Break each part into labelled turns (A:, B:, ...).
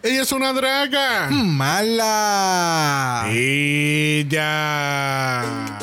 A: ¡Ella es una draga!
B: ¡Mala!
A: ¡Ella!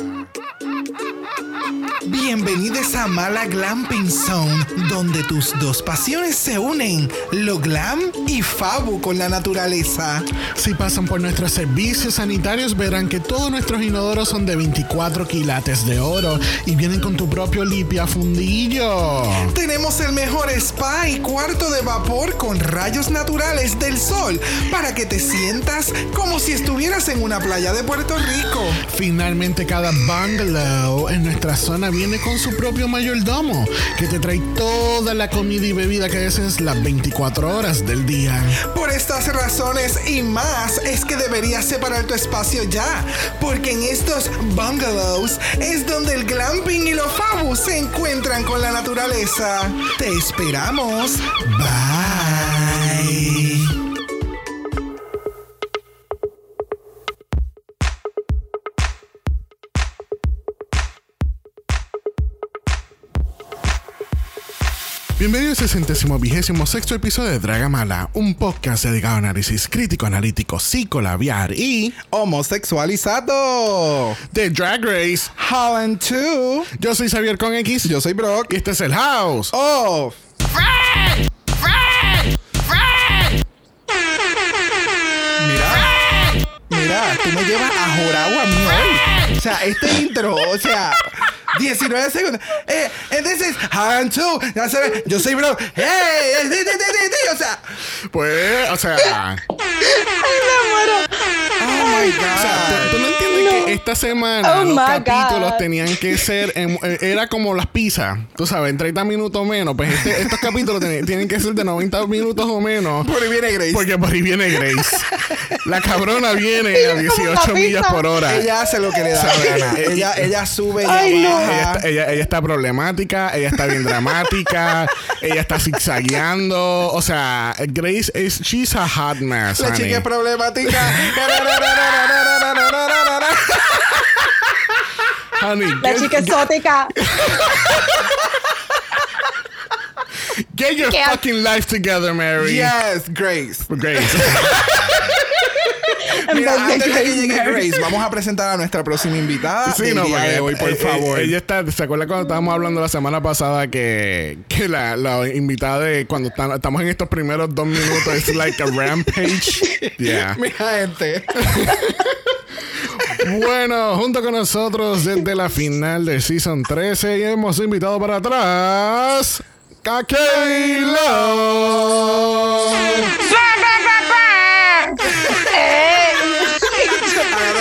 B: Bienvenidos a Mala Glamping Zone, donde tus dos pasiones se unen, lo glam y fabu con la naturaleza.
A: Si pasan por nuestros servicios sanitarios, verán que todos nuestros inodoros son de 24 quilates de oro y vienen con tu propio limpia fundillo.
B: Tenemos el mejor spa y cuarto de vapor con rayos naturales del sol para que te sientas como si estuvieras en una playa de Puerto Rico.
A: Finalmente, cada bungalow en nuestra zona viene con su propio mayordomo, que te trae toda la comida y bebida que desees las 24 horas del día.
B: Por estas razones y más es que deberías separar tu espacio ya, porque en estos bungalows es donde el glamping y los fabus se encuentran con la naturaleza. Te esperamos. Bye.
A: Bienvenidos al centésimo vigésimo sexto episodio de Dragamala, un podcast dedicado a análisis crítico, analítico, psicolabiar y
B: Homosexualizado.
A: de Drag Race.
B: Holland 2.
A: Yo soy Xavier con X
B: Yo soy Brock.
A: y este es el House.
B: Oh. Mira, mira, tú me llevas a Joragua Mall. O sea, este intro, o sea, 19 segundos. Eh, entonces, Hand two, ya sabes, yo soy bro. ¡Hey! eh, di, di, di, di, di, O sea,
A: Pues, o sea,
B: oh my
A: o sea, tú,
B: god.
A: tú no entiendes que esta semana
C: Oh
A: los
C: my
A: capítulos
C: God.
A: tenían que ser, en- eh, era como las pizzas, tú sabes, en 30 minutos menos. Pues este- estos capítulos ten- tienen que ser de 90 minutos o menos.
B: Por ahí viene Grace.
A: Porque por ahí viene Grace. La cabrona viene a
C: Como una
A: 18 millas
C: pizza.
A: por hora.
B: ella hace lo que le da la
A: Sabrá,
B: gana.
A: eh,
B: Ella, ella sube, ella
C: Ay, no.
A: Ella
B: baja.
A: está, ella- ella está problemática, ella está bien dramática, ella está zigzagueando. O sea, Grace es she's a hot mess.
B: La
A: honey.
B: chica es problemática.
A: Honey,
C: La
A: get,
C: chica exótica.
A: get your
C: ¿Qué?
A: fucking life together, Mary.
B: yes, Grace.
A: Grace.
B: Mira, antes
C: Entonces,
B: de que
C: Grace
B: llegue
C: Mary.
B: Grace, vamos a presentar a nuestra próxima invitada.
A: Sí,
B: del
A: no,
B: día
A: porque,
B: de hoy, por
A: eh, eh,
B: favor.
A: Ella está, ¿se acuerda cuando estábamos hablando la semana pasada que, que la, la invitada de cuando están- estamos en estos primeros dos minutos es like a rampage? Yeah.
B: Mira, gente.
A: Bueno, junto con nosotros desde la final de Season 13 y hemos invitado para atrás a Keila.
C: Eh,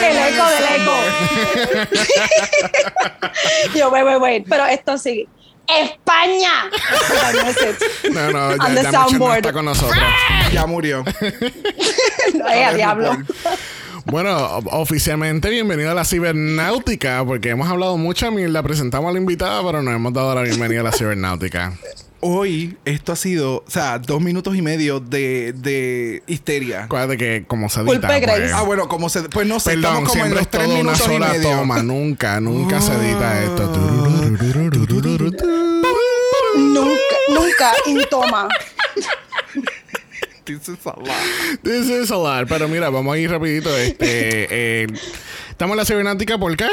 C: El eco del eco. Yo, wait, wait, wait. Pero esto sigue. España. No, no es eso.
A: No, no, ya,
C: On the
A: ya Michelle no
C: soundboard.
A: está con nosotros.
B: Ya murió.
C: No, eh, a diablo.
A: Bueno, o- oficialmente bienvenido a la cibernáutica, porque hemos hablado mucha mierda, presentamos a la invitada, pero no hemos dado la bienvenida a la cibernáutica.
B: Hoy, esto ha sido, o sea, dos minutos y medio de, de histeria.
A: Acuérdate que como se edita,
C: Culpa de Grace.
A: pues,
B: Ah, bueno, como se. Pues no sé,
A: Perdón,
B: estamos como en
A: siempre
B: los
A: es
B: tres
A: todo una
B: minutos y
A: sola
B: medio.
A: toma. Nunca, nunca se edita esto.
C: Nunca, nunca intoma.
B: This is a lot.
A: This is a lot. Pero mira, vamos a ir rapidito. Este, eh, estamos en la cibernáutica, ¿por qué?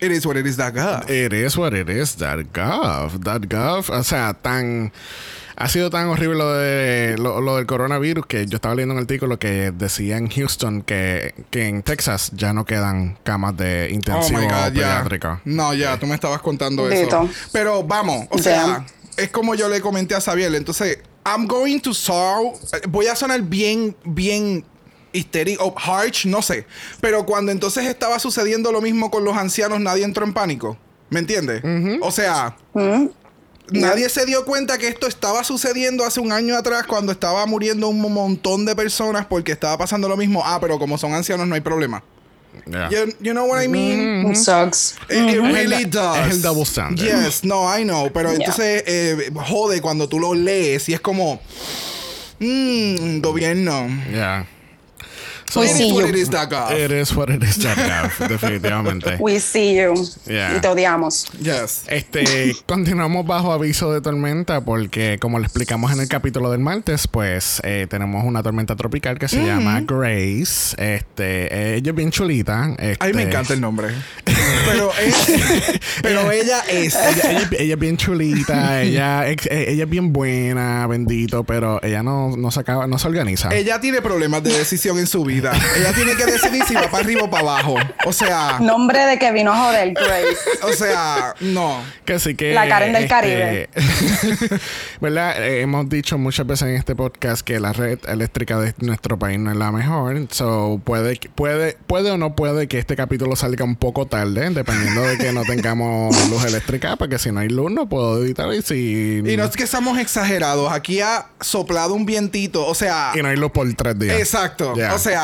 B: It is what it is, that guy.
A: It is what it is, that gov, that gov. O sea, tan... Ha sido tan horrible lo, de, lo, lo del coronavirus que yo estaba leyendo un artículo que decía en Houston que, que en Texas ya no quedan camas de
B: Oh
A: intensivo
B: my God, ya.
A: pediátrico.
B: No, ya, tú me estabas contando
C: Dito.
B: eso. Pero vamos, o sea,
C: Damn.
B: es como yo le comenté a Xavier. Entonces, I'm going to sound. Voy a sonar bien, bien histérico, o harsh, no sé. Pero cuando entonces estaba sucediendo lo mismo con los ancianos, nadie entró en pánico. ¿Me entiendes? O sea.
C: Mm.
B: Nadie se dio cuenta que esto estaba sucediendo hace un año atrás cuando estaba muriendo un montón de personas porque estaba pasando lo mismo. Ah, pero como son ancianos no hay problema.
A: Yeah.
B: You, you know what I mean?
C: Mm-hmm. Sucks.
B: It, it really
A: el-
B: does.
A: es el double standard.
B: Yes, no, I know. Pero
C: Yeah.
B: entonces eh, jode cuando tú lo lees y es como. Mmm, "Mm, gobierno.
A: Yeah. So,
C: We see you.
B: It is that God.
A: It is what it is, that gov, definitivamente.
C: We see you.
A: Yeah.
C: Y te odiamos.
B: Yes.
A: Este, continuamos bajo aviso de tormenta porque, como le explicamos en el capítulo del martes, pues eh, tenemos una tormenta tropical que se llama Grace. Este, ella es bien chulita.
B: A mí me
A: este,
B: encanta el nombre. Eh. Pero es. Pero ella es.
A: Ella, ella- ella es bien chulita, ella, ex- eh, ella es bien buena, bendito, pero ella no, no se acaba, no se organiza.
B: Ella tiene problemas de decisión en su vida. Ella tiene que decidir si va para arriba o para abajo. O sea,
C: Nombre de que vino a joder, Grace.
B: o sea, no.
A: Que así que, este,
C: La Karen del Caribe.
A: ¿Verdad? Eh, hemos dicho muchas veces en este podcast que la red eléctrica de nuestro país no es la mejor. So, puede, que- puede, puede o no puede que este capítulo salga un poco tarde, dependiendo de que no tengamos luz eléctrica, porque si no hay luz no puedo editar y si
B: Y no es que estamos exagerados. Aquí ha soplado un vientito. O sea,
A: y no hay luz por tres días.
B: exacto.
A: Yeah.
B: O sea,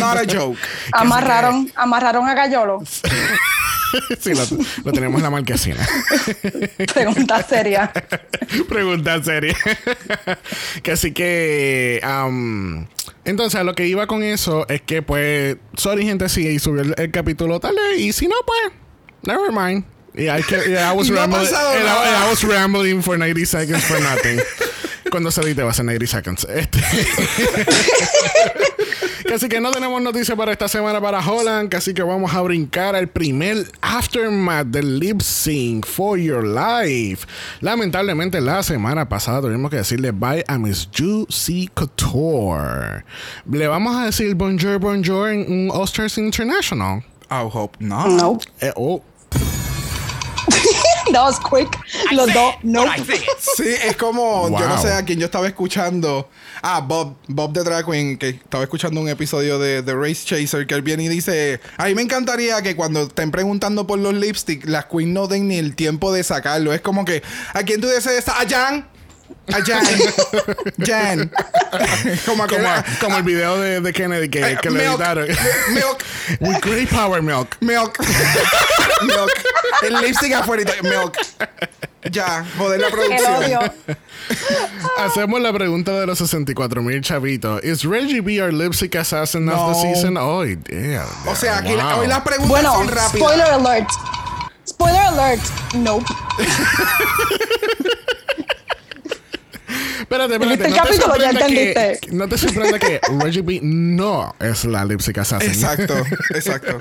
B: not a joke.
C: Amarraron, amarraron a Gallolo.
A: sí, lo, lo tenemos en la marquesina.
C: Pregunta seria.
A: Pregunta seria. que así que. am, entonces, a lo que iba con eso es que, pues, sorry, gente, si subió el, el capítulo tarde y si no, pues, never mind. Yeah, I, ca- yeah, I was
B: No ha
A: rambling.
B: pasado
A: and I-
B: nada.
A: I was rambling for 90 seconds for nothing. Cuando se edite va a ser 90 seconds. Este. Que Así que no tenemos noticias para esta semana para Holland, que así que vamos a brincar al primer aftermath del lip sync for your life. Lamentablemente la semana pasada tuvimos que decirle bye a Miss Juicy Couture. Le vamos a decir bonjour, bonjour en un Osters International.
B: I hope not.
C: No.
A: Eh, oh.
C: That was quick. Los dos, no.
B: Sí, es como, yo no
A: Wow.
B: sé a quién yo estaba escuchando. Ah, Bob, Bob de Drag Queen, que estaba escuchando un episodio de The Race Chaser, que él viene y dice, a mí me encantaría que cuando estén preguntando por los lipsticks, las queens no den ni el tiempo de sacarlo. Es como que, ¿a quién tú deseas? ¿A Jan? A Jan. Jan. como,
A: Como,
B: a,
A: como el video de, de Kennedy que, que lo
B: milk,
A: editaron.
B: milk,
A: Eh, With great power, milk.
B: milk, milk. El lipstick afuera. Milk. Ya, joder la
C: El
B: producción.
C: odio.
A: Hacemos la pregunta de los 64 mil chavitos. ¿Is Reggie B our lipstick assassin of the
B: No.
A: season? Oh, yeah.
B: O sea, aquí la-
A: Wow.
B: hoy las preguntas
C: Bueno,
B: son rápidas.
C: spoiler alert. Spoiler alert. Nope.
A: Espérate, espérate.
C: Viste el
A: te
C: capítulo, ya
A: sorprenda que-
C: entendiste.
A: no te sorprenda que Reggie B no es la lipstick assassin.
B: Exacto, exacto.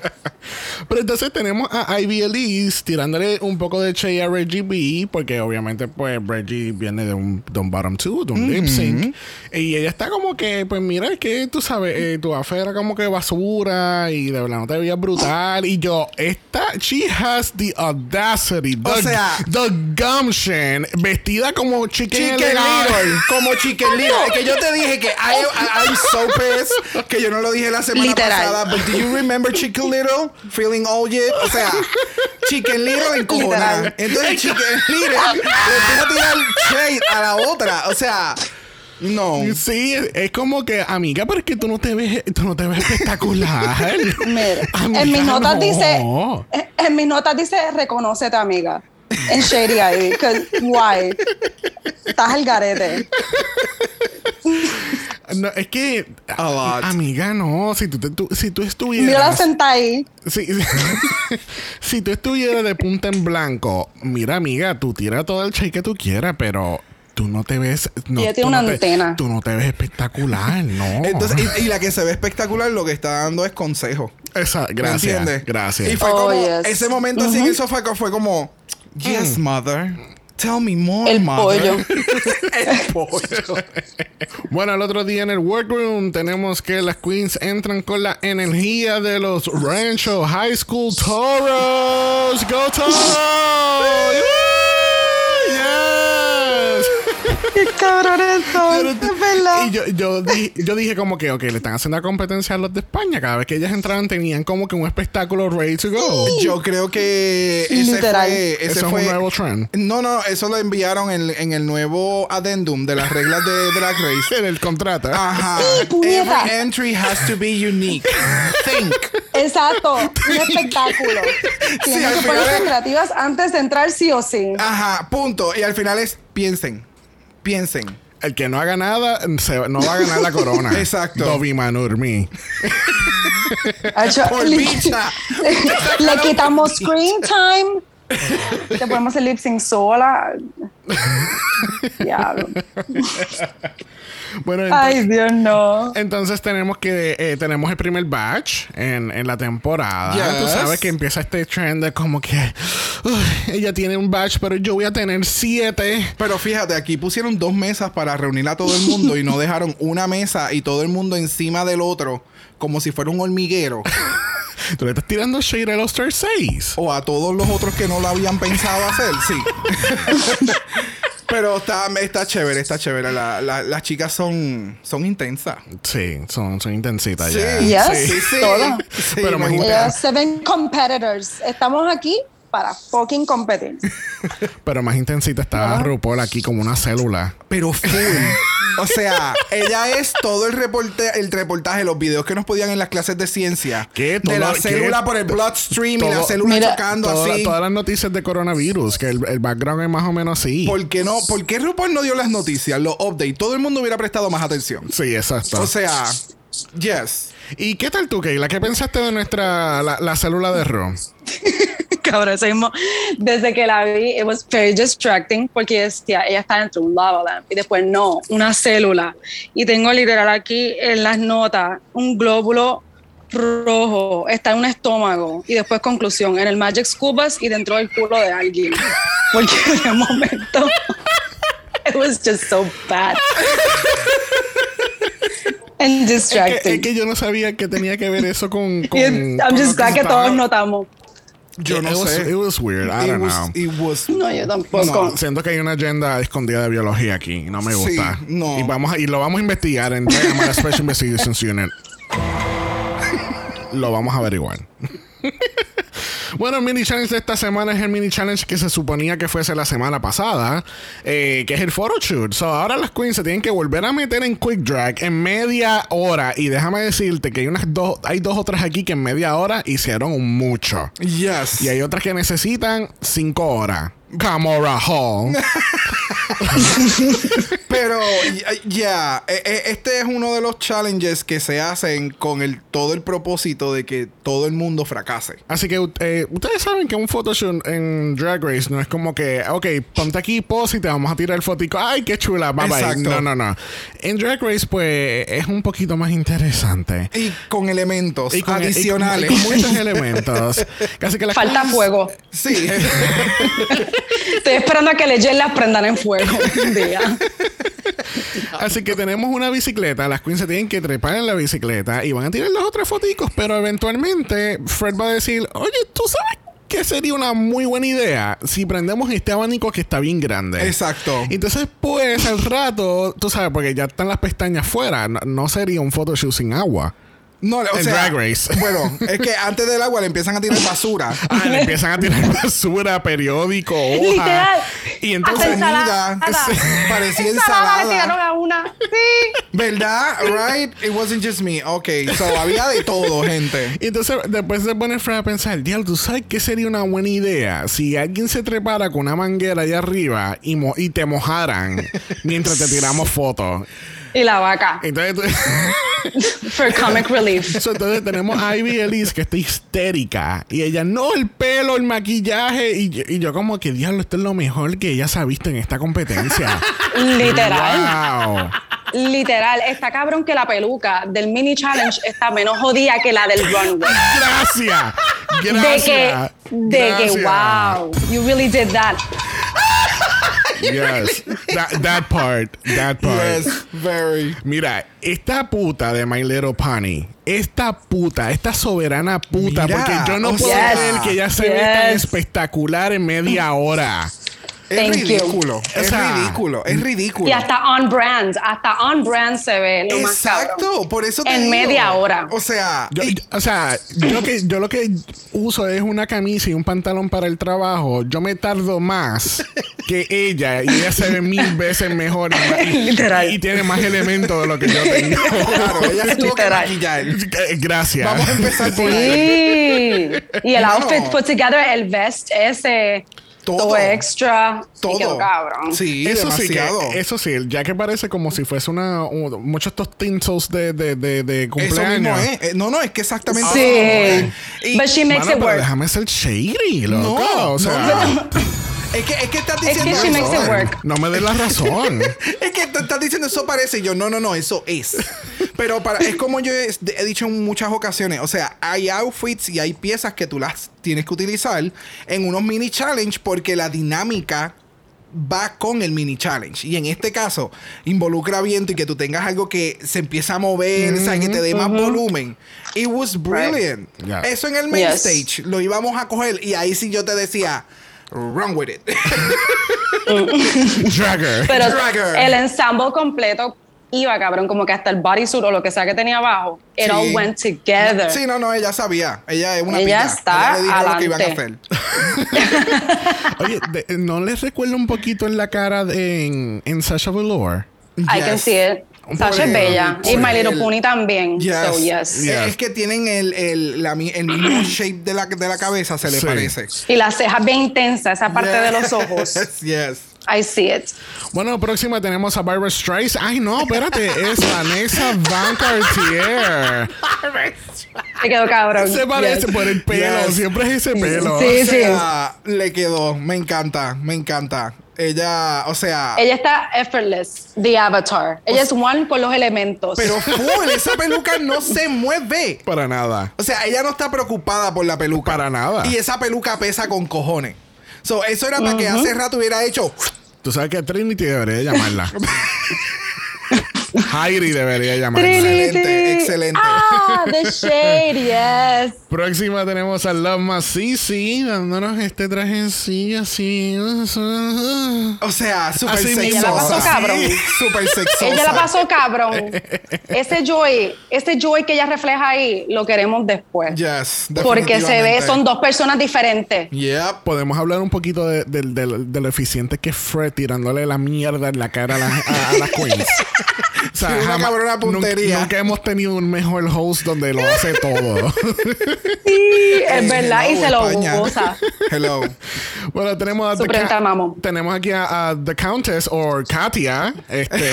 A: Pero entonces tenemos a Ivy Elise tirándole un poco de che a Reggie B, porque obviamente pues Reggie viene de un, de un bottom two, de un lip sync. Y ella está como que, pues mira, es que tú sabes, eh, tu affair era como que basura y de verdad no te veías brutal. Y yo, esta, she has the audacity, the,
B: O sea-
A: the gumption, vestida como chicken,
B: Chicken
A: Little.
B: Little, como Chicken Little. Es que yo te dije que I, I- I'm so pissed que yo no lo dije la semana
C: Literal.
B: pasada. But do you remember Chicken Little feeling all yet? O sea, Chicken Little encojonada.
C: Literal.
B: Entonces Chicken Little le empieza a tirar shade a la otra. O sea, no.
A: Sí, es- es como que, amiga, pero es que tú no te ves, tú no te ves espectacular.
C: Mira,
A: Amiga,
C: en mis notas
A: no.
C: dice, en- en mis notas dice, reconócete amiga. En Shady ahí, que guay. Estás al garete.
A: No, es que,
B: A lot.
A: amiga, no, si tú, te- tú- si tú
C: Mira la
A: estuvieras...
C: senta ahí.
A: Si, si tú estuvieras de punta en blanco, mira, amiga, tú tira todo el shake que tú quieras, pero tú no te ves... No,
C: Ella tiene
A: tú
C: una
A: no te-
C: antena.
A: tú no te ves espectacular, no.
B: Entonces, y, y la que se ve espectacular lo que está dando es consejo.
A: Esa-
B: ¿Me
A: gracias,
B: entiendes?
A: gracias.
B: Y fue
C: Oh,
B: como,
C: yes.
B: ese momento así en el sofá que fue como, yes,
A: Mm.
B: mother. Tell me more,
C: El
B: mother.
C: pollo.
B: El pollo.
A: Bueno, el otro día en el workroom tenemos que las queens entran con la energía de los Rancho High School Toros. ¡Go Toros! ¡Woo! ¡Yes!
C: Qué cabrones son, es verdad.
A: Y yo, yo, di- yo dije como que, ok, le están haciendo la competencia a los de España. Cada vez que ellas entraban tenían como que un espectáculo ready to go.
B: Yo creo que ese
C: Literal.
B: fue. Ese
A: Eso es
B: fue
A: un nuevo trend.
B: No, no, eso lo enviaron en, en el nuevo addendum de las reglas de Drag Race.
A: En el contrato.
B: Ajá.
C: Sí, puñeta.
B: Every entry has to be unique. Think.
C: Exacto, un espectáculo. Tienen
B: al final
C: que
B: Ah,
C: ponerse
B: es-
C: creativas antes de entrar sí o sí.
B: Ajá, punto. Y al final es piensen. Piensen.
A: El que no haga nada, se- no va a ganar la corona.
B: Exacto.
A: Dovimanurmi.
C: Hacho,
B: Por
C: le,
B: bicha.
C: le quitamos screen time. Te podemos el lip sync sola. Diablo.
A: Bueno, entonces,
C: Ay, Dios, no.
A: entonces tenemos que eh, tenemos el primer batch en, en la temporada.
B: Yes.
A: Tú sabes que empieza este trend de como que "Uy, ella tiene un batch, pero yo voy a tener siete.
B: Pero fíjate, aquí pusieron dos mesas para reunir a todo el mundo y no dejaron una mesa y todo el mundo encima del otro, como si fuera un hormiguero,
A: Tú le estás tirando shade al All-Star 6.
B: o a todos los otros que no lo habían pensado hacer, sí. Pero está, está chévere, está chévere. La- la- las chicas son, son intensas.
A: Sí, son, son intensitas ya.
C: Yes,
B: sí, sí.
C: todas.
B: Sí,
A: Pero
B: me
A: más
B: gusta.
A: Mira.
C: Ellas se ven Eh, competitors. Estamos aquí para fucking competir.
A: Pero más intensita estaba RuPaul aquí como una célula.
B: Pero full. O sea, ella es todo el reporte, el reportaje, los videos que nos podían en las clases de ciencia.
A: ¿Qué?
B: de
A: Todo-
B: la
A: ¿qué?
B: célula por el bloodstream y la
A: Todo-
B: célula
C: Mira,
B: chocando
A: Toda-
B: así.
A: Todas las noticias de coronavirus, que el, el background es más o menos así.
B: ¿Por qué no? ¿Por qué RuPaul no dio las noticias, los updates? Todo el mundo hubiera prestado más atención.
A: Sí, exacto.
B: O sea, yes.
A: ¿Y qué tal tú, Keila? ¿Qué pensaste de nuestra la, la célula de Ron?
C: Cabrón, eso mismo. Desde que la vi, it was very distracting porque yo decía, ella está dentro de un lava lamp y después no, una célula. Y tengo literal aquí en las notas un glóbulo rojo, está en un estómago y después conclusión, en el Magic Scubas y dentro del culo de alguien. Porque de momento, it was just so bad. And distracting.
A: Es que, es que yo no sabía que tenía que ver eso con. con
C: Y I'm
A: con
C: just
A: lo
C: glad que
A: estaba-
C: todos notamos.
B: Yo no
A: Eh, It was-
B: sé.
A: It was weird. I
B: It
A: don't
B: was-
A: know.
B: it was-
C: No, yo tampoco.
A: Siento que hay una agenda escondida de biología aquí. No me
B: Pues Sí,
A: gusta.
B: no.
A: Y, vamos a- y lo vamos a investigar en Diamond Special Investigations Unit. lo vamos a averiguar. Bueno, el mini challenge de esta semana es el mini challenge que se suponía que fuese la semana pasada, eh, que es el photo shoot. So, ahora las queens se tienen que volver a meter en quick drag en media hora. Y déjame decirte que hay unas dos, hay dos otras aquí que en media hora hicieron mucho.
B: Yes.
A: Y hay otras que necesitan cinco horas. Camora Hall.
B: Pero ya, ya, e- e- este es uno de los challenges que se hacen con el todo el propósito de que todo el mundo fracase.
A: Así que eh, ustedes saben que un photoshoot en Drag Race no es como que, ok, ponte aquí, pose y te vamos a tirar el fotico. ¡Ay, qué chula! Bye bye. No,
B: Exacto.
A: no, no. En Drag Race, pues, es un poquito más interesante.
B: Y con elementos
A: Y con-
B: adicionales.
A: y con- y con muchos elementos. Casi que las
C: Falta
A: cosas-
C: fuego.
B: sí.
C: Estoy esperando a que le las prendan en fuego un día.
A: Así que tenemos una bicicleta. Las queens se tienen que trepar en la bicicleta y van a tirar los otros foticos. Pero eventualmente Fred va a decir: Oye, tú sabes que sería una muy buena idea si prendemos este abanico que está bien grande.
B: Exacto.
A: Entonces, pues al rato, tú sabes, porque ya están las pestañas fuera, no, no sería un photoshoot sin agua.
B: No, o
A: En
B: sea,
A: Drag Race.
B: Bueno, es que antes del agua le empiezan a tirar basura.
A: Ah, le empiezan a tirar basura, periódico, hoja.
C: Literal.
A: Y entonces,
C: Hasta
B: comida.
C: Ensalada.
B: Parecía
C: Ensalada le tiraron
B: ensalada.
C: a una. Sí.
B: ¿Verdad? Right? It wasn't just me. Ok, so había de todo, gente.
A: y entonces después se pone Fred a pensar, diablo, ¿tú sabes qué sería una buena idea? Si alguien se trepara con una manguera allá arriba y, mo- y te mojaran mientras te tiramos fotos.
C: Y la vaca.
A: Entonces, tú-
B: Eh.
C: For comic relief.
A: So, entonces tenemos a Ivy Elise que está histérica. Y ella, no, el pelo, el maquillaje. Y, yo- y yo como que, diablo, esto es lo mejor que ella se ha visto en esta competencia.
C: Literal.
A: wow.
C: Literal. Está cabrón que la peluca del mini challenge está menos jodida que la del runway.
A: Gracias.
C: De
A: Gracias.
C: que, de que, wow, you really did that.
A: Yes. That, that part. That part.
B: Yes, very.
A: Mira, esta puta de My Little Pony, esta puta, esta soberana puta,
B: Mira,
A: porque yo no
B: o
A: puedo
C: sea,
A: creer que ella se ve tan
C: yes.
A: espectacular en media hora.
B: Es
C: Thank you.
B: ridículo. Es
A: O sea,
B: ridículo. Es ridículo.
C: Y hasta on brand, hasta on brand se ve lo más cabrón.
B: Exacto, por eso te
C: En
B: digo.
C: media hora.
B: O sea,
A: Yo-
B: y-
A: yo- o sea, yo, que, yo lo que uso es una camisa y un pantalón para el trabajo. Yo me tardo más que ella y ella se ve mil veces mejor y, ma- y-
C: Literal.
A: y tiene más elementos de lo que yo tengo.
B: claro, ella se tuvo que
C: Literal.
B: maquillar.
A: Eh, Gracias.
B: Vamos a empezar por ahí.
C: Sí. Y el
B: Mano.
C: outfit put together, el vest ese.
B: Todo.
C: extra. y
B: Todo.
C: quedó cabrón.
B: Sí,
A: eso sí, que,
B: demasiado.
A: eso sí, ya que parece como si fuese una un- muchos estos tinsels de, de, de, de
B: Eso mismo
A: cumpleaños.
B: es. Eh, No, no, es que exactamente.
C: Sí.
B: eso mismo es. Y-
C: But she makes
A: Mano,
C: it
A: pero
C: work.
A: déjame ser shady, loco.
B: No,
A: o sea,
B: no,
A: no,
B: no. Es que, es que estás
C: Es
B: diciendo
C: que she
B: eso.
C: makes it work.
A: me des la razón.
B: Es que tú estás diciendo eso parece y yo, no, no, no, eso es. Pero para, es como yo he, he dicho en muchas ocasiones, o sea, hay outfits y hay piezas que tú las tienes que utilizar en unos mini challenge porque la dinámica va con el mini challenge y en este caso involucra viento y que tú tengas algo que se empieza a mover, o sea, que te dé más volumen. It was brilliant.
A: Right. Yeah.
B: Eso en el main
C: Yes.
B: stage lo íbamos a coger y ahí sí yo te decía, run with it.
A: Dragger.
C: Pero
B: Dragger.
C: el ensamble completo iba, cabrón, como que hasta el bodysuit o lo que sea que tenía abajo, it
B: Sí.
C: all went together.
B: Sí, no, no, ella sabía. Ella es una
C: Ella
B: pica. Ella
C: está
B: le dijo lo que iban a
C: adelante.
B: hacer.
A: Oye, de- ¿no les recuerda un poquito en la cara de, en, en Sasha Velour?
C: I
B: Yes.
C: can see it.
B: Por
C: Sasha
B: él,
C: es bella. Y
B: por
C: My Little
B: él.
C: Pony también.
B: Yes.
C: So, yes.
A: Yeah.
B: Es que tienen el, el, la mi- el mismo shape de la, de la cabeza, se le
A: Sí.
B: parece.
C: Y las cejas bien intensas, esa parte de los ojos.
B: Yes, yes.
C: I see it.
A: Bueno, próxima tenemos a Barbara Streisand. Ay, no, espérate, es Vanessa Van Cartier.
C: Te quedó cabrón.
A: Se parece
C: Oh, Yes.
A: por el pelo,
B: Yes.
A: siempre es ese pelo.
C: Sí,
B: O
C: sí.
B: sea, le quedó. Me encanta, me encanta. Ella, o sea,
C: Ella está effortless, the avatar. Ella es one con los elementos.
B: pero full, esa peluca no se mueve.
A: Para nada.
B: O sea, ella no está preocupada por la peluca.
A: Para nada.
B: Y esa peluca pesa con cojones. So, eso era para que hace rato hubiera hecho.
A: Tú sabes que Trinity debería llamarla. Heidi debería llamarla.
B: Excelente, excelente.
C: Ah, the shade, yes.
A: Próxima tenemos a Love Masisi dándonos este trajecillo así.
B: O sea, súper
A: Así mismo.
B: sexosa.
A: Ella la pasó
C: cabrón.
B: Sí, Súper sexosa.
C: Ella la pasó cabrón. Ese joy, ese joy que ella refleja ahí, lo queremos después.
B: Yes,
C: porque se ve,
B: definitivamente.
C: son dos personas diferentes.
B: Yep.
A: Podemos hablar un poquito de, de- de- de lo eficiente que fue tirándole la mierda en la cara a, las- a- a las queens. O sea,
B: Sí, una
A: jamás-
B: cabrona
A: nun-
B: puntería.
A: Nunca hemos tenido un mejor host donde lo hace todo.
C: Sí, es verdad,
B: Hello,
C: y se lo
B: España.
C: goza.
B: Hello.
A: Bueno, tenemos a The
C: Supreta
A: Ca-
C: mamón.
A: Tenemos aquí a, a The Countess o Katia. Este,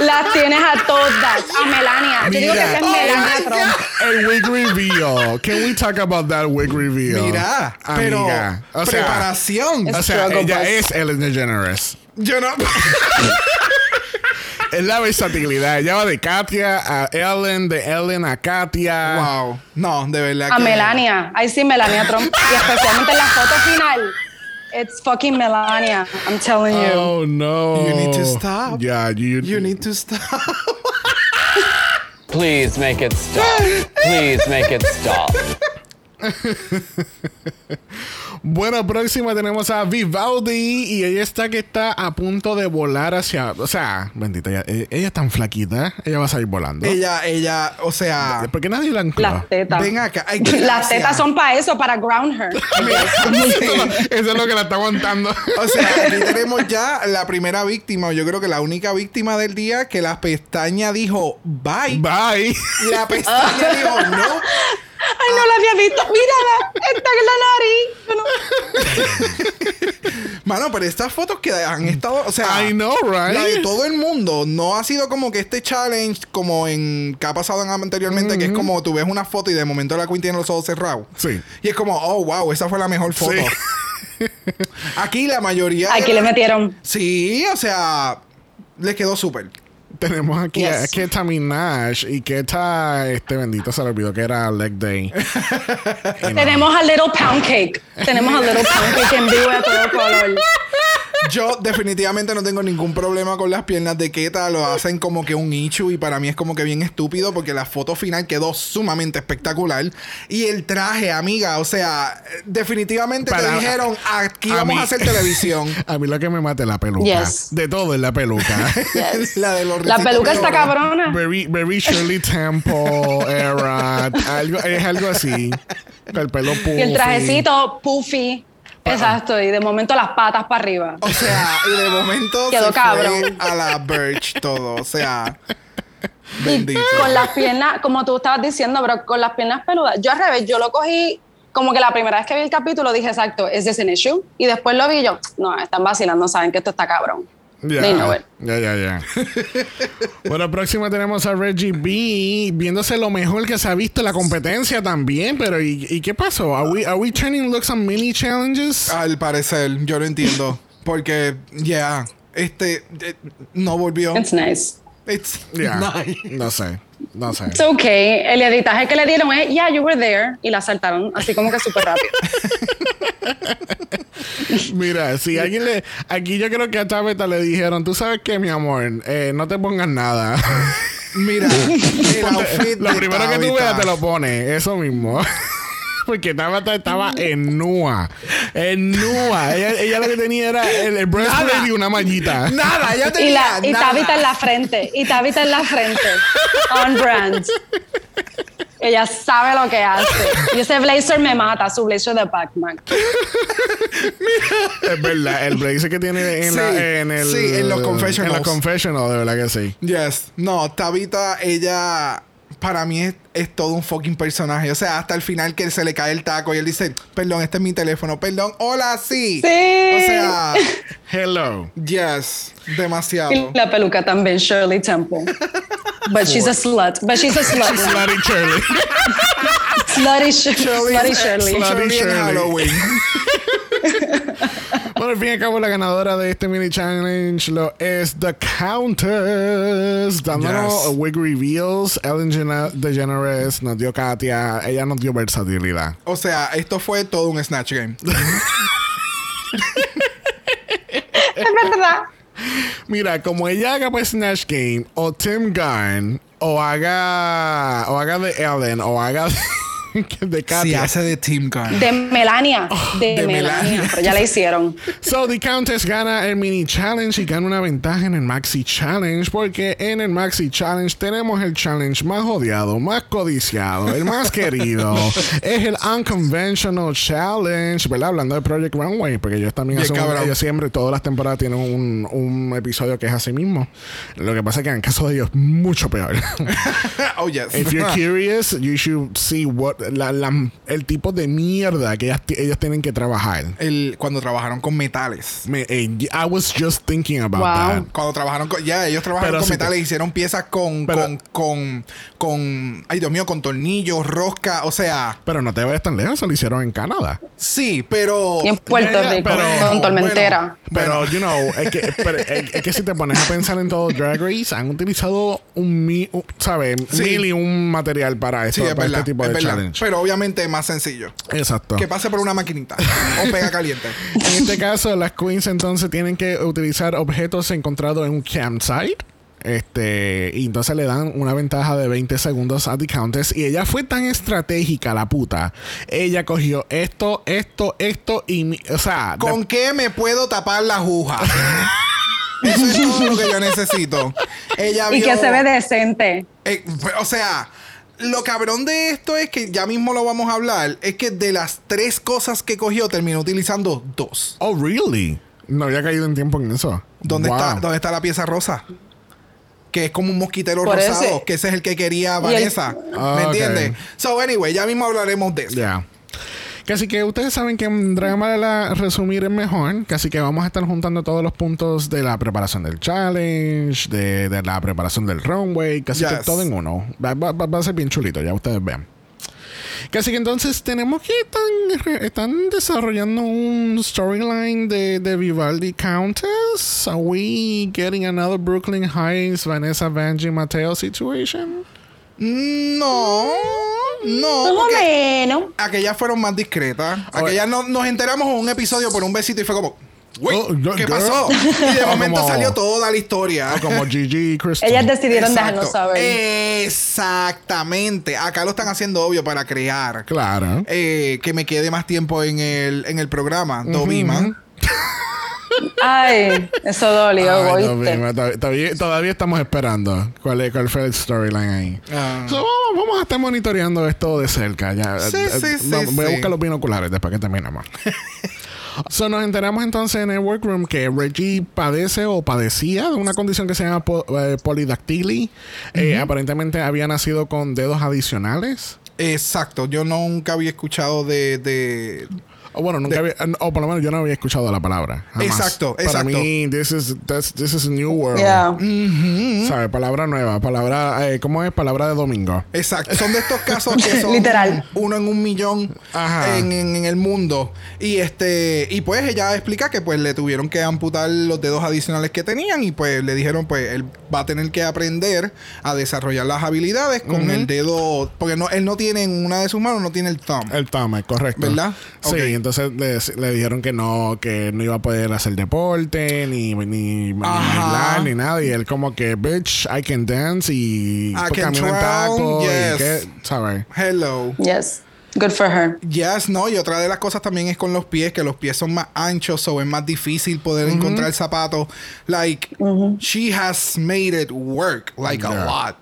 C: Las tienes a todas, a Melania. Yo digo que
A: Mira.
C: esa es
A: Oh
C: Melania
B: my
C: Trump.
A: el wig reveal. Can we talk about that wig reveal?
B: Mira, pero
A: Amiga. O sea,
B: preparación.
A: o sea,
C: Struggle
A: ella
C: bus.
A: es Ellen DeGeneres.
B: Yo no.
A: Es la versatilidad. Ella va de Katia a Ellen, de Ellen a Katia.
B: wow. No, de verdad.
C: A
B: que-
C: Melania. Ahí sí, Melania Trump. Y especialmente en la foto final. It's fucking Melania. I'm telling you.
A: Oh no.
B: You need to stop.
A: Yeah, you,
B: You need to stop.
D: Please make it stop. Please make it stop.
A: Bueno, próxima tenemos a Vivaldi y ella está que está a punto de volar hacia. O sea, bendita, ella, e- ella es tan flaquita, ella va a salir volando.
B: ella, ella, o sea.
A: ¿Por qué nadie la ancló?
C: Las tetas.
B: Ven acá. Ay,
C: Las
B: gracias.
C: tetas son para eso, para ground her.
A: Eso es lo que la está aguantando.
B: O sea, aquí tenemos ya la primera víctima, o yo creo que la única víctima del día que la pestaña dijo bye.
A: Bye.
B: La pestaña dijo no.
C: Ay, no la había visto. Mírala. Está en la nariz. Yo no-
B: Mano, pero estas fotos que han estado, o sea,
A: I know, right?
B: la de todo el mundo, no ha sido como que este challenge como en que ha pasado en- anteriormente, que es como tú ves una foto y de momento la Queen tiene los ojos cerrados.
A: Sí.
B: Y es como, oh, wow, esa fue la mejor foto. Aquí la mayoría... de
C: Aquí le
B: la-
C: metieron.
B: Sí, o sea, les quedó súper.
A: Tenemos aquí a
C: Yes.
A: Keta Minaj y Keta, este bendito se le olvidó que era Leg Day. Y no.
C: Tenemos a Little Pound Cake. Tenemos a Little Pound Cake en vivo y a todo color.
B: Yo definitivamente no tengo ningún problema con las piernas de Keta, lo hacen como que un ichu y para mí es como que bien estúpido porque la foto final quedó sumamente espectacular y el traje, amiga, o sea, definitivamente te
A: Para-
B: dijeron, aquí
A: a
B: vamos
A: mí-
B: a hacer televisión.
A: A mí lo que me mata es la peluca.
C: Yes.
A: De todo es la peluca.
C: Yes.
B: la de los
C: La
B: risitos
C: peluca
B: de
C: está
B: oro.
C: cabrona.
A: Very, very Shirley Temple era. Algo, es algo así. Con el pelo puffy.
C: Y el trajecito, puffy.
B: Ah.
C: Exacto. Y de momento las patas para arriba.
B: O sea, y de momento
C: Quedó
B: se fue
C: cabrón.
B: a la Birch todo, o sea,
C: Y
B: bendito.
C: con las piernas, como tú estabas diciendo, pero con las piernas peludas. Yo al revés, yo lo cogí como que la primera vez que vi el capítulo dije, exacto, ¿es this an issue? Y después lo vi y yo, no, están vacilando, saben que esto está cabrón. They know it.
A: Ya, ya, ya, ya. bueno, próximo tenemos a Reggie B viéndose lo mejor que se ha visto en la competencia también, pero ¿y, y qué pasó? ¿Are we, are we turning looks on mini challenges?
B: Al parecer, yo lo entiendo. Porque, ya, este, eh, no volvió.
C: It's nice.
B: It's
A: Ya.
B: nice.
A: No sé, no sé.
C: It's okay. El editaje que le dieron es, yeah, you were there. Y la saltaron así como que súper rápido.
A: Mira, si alguien le. Aquí yo creo que a Tabeta le dijeron, tú sabes qué, mi amor, Eh, no te pongas nada.
B: Mira, el outfit
A: lo
B: de
A: primero que tú
B: Tabitha.
A: veas te lo pones, eso mismo. Porque Tabata estaba en nua. En nua. Ella, ella lo que tenía era el, el breastplate y una mallita.
B: Nada, ya
C: Y,
B: tenía
C: la, y
B: nada.
C: Tabitha en la frente. Y Tabitha en la frente. On brand. Ella sabe lo que hace. Y ese blazer me mata, su blazer de Pac-Man.
A: Es verdad, el blazer que tiene en,
B: Sí,
A: la- en el.
B: sí, en los
A: En
B: confessionals.
A: los confessionals, de verdad que sí.
B: Yes. No, Tabita, ella para mí es, es todo un fucking personaje. O sea, hasta el final que se le cae el taco y él dice, perdón, este es mi teléfono, perdón, hola, sí.
C: Sí.
B: O sea,
A: Hello.
B: yes, demasiado.
C: Y la peluca también, Shirley Temple. But she's a slut. But she's a slut. now.
A: Slutty Shirley.
C: Slutty, Shir-
B: Shirley-
C: slutty
A: Slutty
C: Shirley.
B: Shirley en
A: Shirley.
B: Halloween.
A: Bueno, al fin y al cabo, la ganadora de este mini challenge lo es The Countess. Dándonos
B: Yes.
A: wig reveals. Ellen Gena- DeGeneres nos dio Katia. Ella nos dio versatilidad.
B: O sea, esto fue todo un Snatch Game.
C: Es verdad.
A: Mira, como ella haga pues Snatch Game o Tim Gunn o haga o haga de Ellen o haga de, de
B: Si
A: Katia.
B: hace de Team Gun.
C: De Melania. de,
B: de
C: Melania.
B: Melania.
C: Pero ya la hicieron.
A: So the Countess gana el mini challenge y gana una ventaja en el maxi challenge porque en el maxi challenge tenemos el challenge más odiado, más codiciado, el más querido. Es el unconventional challenge, ¿verdad? Hablando de Project Runway, porque ellos también
B: Bien
A: hacen un-
B: cabrón.
A: ellos siempre todas las temporadas tienen un, un episodio que es así mismo. Lo que pasa es que en el caso de ellos mucho peor.
B: oh, yes.
A: If you're curious, you should see what la- la- el tipo de mierda que ellas, ti- ellos tienen que trabajar.
B: El- cuando trabajaron con metales.
A: Me- eh, I was just thinking about
C: Wow.
A: that.
B: Cuando trabajaron con. Ya, ellos trabajaron
A: Pero
B: con
A: si te-
B: metales, hicieron piezas con,
A: Pero-
B: con. con. con. Ay, Dios mío, con tornillos, rosca. O sea.
A: Pero no te vayas tan lejos, lo hicieron en Canadá.
B: Sí, pero.
C: Y en Puerto
A: Ya, ya,
C: Rico,
A: pero-
C: con Tormentera.
A: Pero, you know, es que, pero, es, es que si te pones a pensar en todo Drag Race, han utilizado un, mi- un- ¿sabes?
B: Sí.
A: Mil y un material para,
B: Sí,
A: esto,
B: es
A: para
B: verdad.
A: este tipo
B: es
A: de
B: verdad.
A: challenge.
B: Pero obviamente es más sencillo.
A: Exacto.
B: Que pase por una maquinita. o pega caliente.
A: En este caso, las queens entonces tienen que utilizar objetos encontrados en un campsite. Este, y entonces le dan una ventaja de 20 segundos a The Countess. Y ella fue tan estratégica, la puta. Ella cogió esto, esto, esto y. mi- o sea, de-
B: ¿Con qué me puedo tapar la aguja? Eso es todo lo que yo necesito. Ella
C: Y
B: vio-
C: que se ve decente.
B: Eh, o sea, lo cabrón de esto es que ya mismo lo vamos a hablar. Es que de las tres cosas que cogió, terminó utilizando dos.
A: Oh, really? No había caído en tiempo en eso.
B: ¿Dónde,
A: Wow.
B: está, ¿Dónde está la pieza rosa? Que es como un mosquitero
C: Por
B: rosado,
C: ese-
B: que ese es el que quería Vanessa.
A: Ah,
B: ¿Me
A: ok.
B: entiendes? So, anyway, ya mismo hablaremos de eso.
A: Ya. Que Así que ustedes saben que en Drama la resumir es mejor. que Así que vamos a estar juntando todos los puntos de la preparación del challenge, de, de la preparación del runway, casi
B: Yes.
A: que todo en uno. Va, va- va- va a ser bien chulito, ya ustedes vean. Que Así que entonces tenemos que están, están desarrollando un storyline de, de Vivaldi Countess. Are we getting another Brooklyn Heights, Vanessa, Vanjie, Mateo situation?
B: No, no.
C: Más o
B: porque
C: menos.
B: Aquellas fueron más discretas. Aquellas no, nos enteramos en un episodio por un besito y fue como, "Güey,
A: Oh, no,
B: ¿qué
A: girl.
B: pasó? Y de
A: Oh,
B: momento
A: como- Ah,
B: salió toda la historia.
A: Como Gigi y Crystal.
C: Ellas decidieron
B: Exacto. Eh.
C: dejarnos saber.
B: Exactamente. Acá lo están haciendo obvio para crear.
A: Claro.
B: eh, que me quede más tiempo en el, en el programa. Dovima.
C: Ay, eso dolió,
A: Ay, no,
C: oíste.
A: prima, to- todavía, todavía estamos esperando cuál, es- cuál fue el storyline ahí.
B: Ah.
A: So, vamos, vamos a estar monitoreando esto de cerca. Ya,
B: Sí,
A: Eh,
B: sí,
A: eh,
B: sí,
A: vamos- voy a
B: sí.
A: buscar los binoculares después que terminamos. so, nos enteramos entonces en el workroom que Reggie padece o padecía de una condición que se llama po- eh, polidactili. Eh, aparentemente había nacido con dedos adicionales.
B: Exacto, yo nunca había escuchado de... de-
A: O bueno, nunca había, eh, o por lo menos yo no había escuchado la palabra. jamás.
B: Exacto,
A: Para
B: exacto.
A: mí, this is, that's- this is a new world.
C: Yeah.
B: Mm.
A: ¿Sabes? Palabra nueva, palabra, eh, ¿cómo es? Palabra de domingo.
B: Exacto, son de estos casos que son
C: Literal.
B: uno en un millón
A: Ajá.
B: en, en- en el mundo. Y este y pues ella explica que pues le tuvieron que amputar los dedos adicionales que tenían y pues le dijeron pues él va a tener que aprender a desarrollar las habilidades con el dedo porque no él no tiene en una de sus manos no tiene el thumb.
A: El tame, correcto.
B: ¿Verdad?
A: Sí,
B: Ok.
A: entonces le, le dijeron que no, que no iba a poder hacer deporte, ni, ni, ni
B: Ajá.
A: bailar, ni nada. Y él como que, bitch, I can dance y
B: I
A: pues,
B: can
A: camina en
B: drown,
A: taco.
B: yes.
A: Y que, ¿sabes?
B: Hello.
C: Yes. Good for her.
B: Yes, no, y otra de las cosas también es con los pies, que los pies son más anchos o es más difícil poder encontrar zapatos. Like, she has made it work, like
A: Yeah.
B: a lot.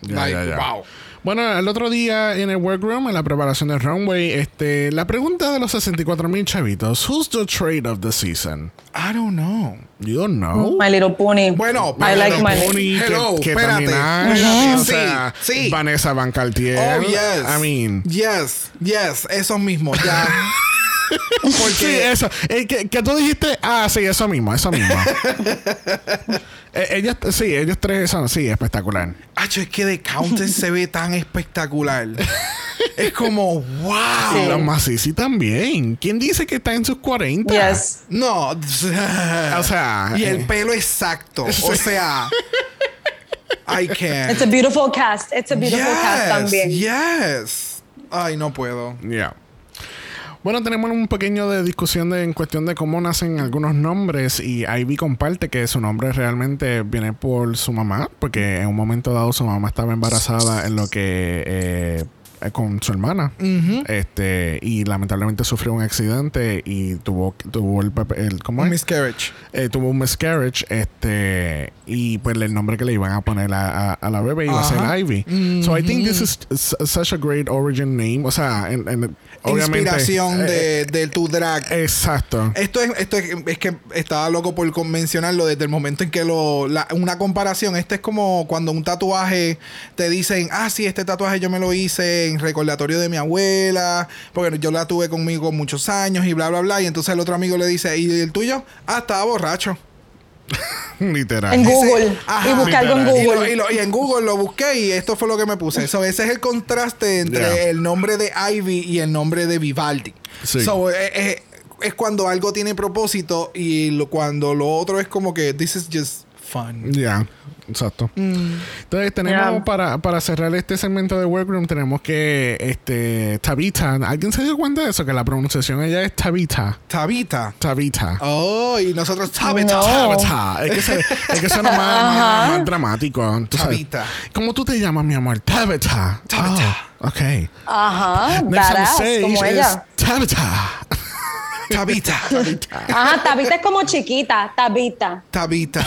A: Ya,
B: like,
A: ya, ya.
B: wow.
A: Bueno, el otro día en el workroom, en la preparación del runway, este, la pregunta de los 64 mil chavitos, ¿Who's the trade of the season?
B: I don't know.
A: You don't know.
C: My little pony.
B: Bueno,
C: I like
B: pero-
C: my
A: Pony, que-
B: Hello,
A: que,
B: espérate.
A: Tamina,
B: Espérate.
A: o
B: Sí,
A: sea,
B: sí.
A: Vanessa Van Cartier.
B: Oh, yes.
A: I mean,
B: Yes, yes, esos mismos, ya. Porque
A: Sí, eso. Eh, que, que tú dijiste, ah, sí, eso mismo, eso mismo. Eh, ellos, sí, ellos tres son, sí, espectacular.
B: Acho, es que The Countess se ve tan espectacular. es como, wow.
A: Y los Masisi también. ¿Quién dice que está en sus 40?
C: Yes.
B: No.
A: O sea,
B: Y el
A: eh,
B: pelo exacto. O sea. I can't.
C: It's a beautiful cast. It's a beautiful cast también.
B: Yes. Ay, no puedo.
A: Yeah. Bueno, tenemos un pequeño de discusión de, en cuestión de cómo nacen algunos nombres y Ivy comparte que su nombre realmente viene por su mamá, porque en un momento dado su mamá estaba embarazada en lo que eh, eh, con su hermana, este y lamentablemente sufrió un accidente y tuvo tuvo el, papel- el ¿cómo
B: Un
A: es?
B: miscarriage.
A: eh, tuvo un miscarriage este y pues el nombre que le iban a poner a, a- a la bebé iba a
B: Ajá. Mm-hmm.
A: ser Ivy so I think this is s- such a great origin name o sea en- en- obviamente
B: Inspiración
A: eh,
B: de, de tu drag.
A: eh, exacto
B: Esto es, esto es, es que estaba loco por con- mencionarlo desde el momento en que lo. la- una comparación. Este es como cuando un tatuaje te dicen, ah, sí, este tatuaje yo me lo hice en recordatorio de mi abuela, porque yo la tuve conmigo muchos años y bla, bla, bla. Y entonces el otro amigo le dice, ¿y el tuyo? Ah, estaba borracho.
C: En
A: literal
C: Google.
B: Ajá.
C: y busca algo en
A: Literal.
B: Y, lo- y
C: Google.
B: lo- y en Google lo busqué y esto fue lo que me puse. So, ese es el contraste entre
A: Yeah.
B: el nombre de Ivy y el nombre de Vivaldi.
A: Sí.
B: So, eh, eh, es cuando algo tiene propósito y lo- cuando lo otro es como que this is just fun.
A: ya exacto
B: Mm.
A: entonces tenemos
C: Yeah.
A: para, para cerrar este segmento de workroom tenemos que este Tabita alguien se dio cuenta de eso que la pronunciación ella es Tabita
B: Tabita.
A: Tabita
B: Oh, y nosotros Tabita.
C: No.
A: Tabata. Es que, se, es que suena más, más- más dramático. tú sabes.
B: Tabita.
A: ¿Cómo tú te llamas, mi amor? Tabata.
B: Tabata.
A: Oh, ok.
C: Ajá.
A: Next on
C: Badass,
A: stage
C: como
A: is
C: ella.
A: Tabata.
B: Tabita.
C: Ajá, Tabita es como chiquita, Tabita.
B: Tabita.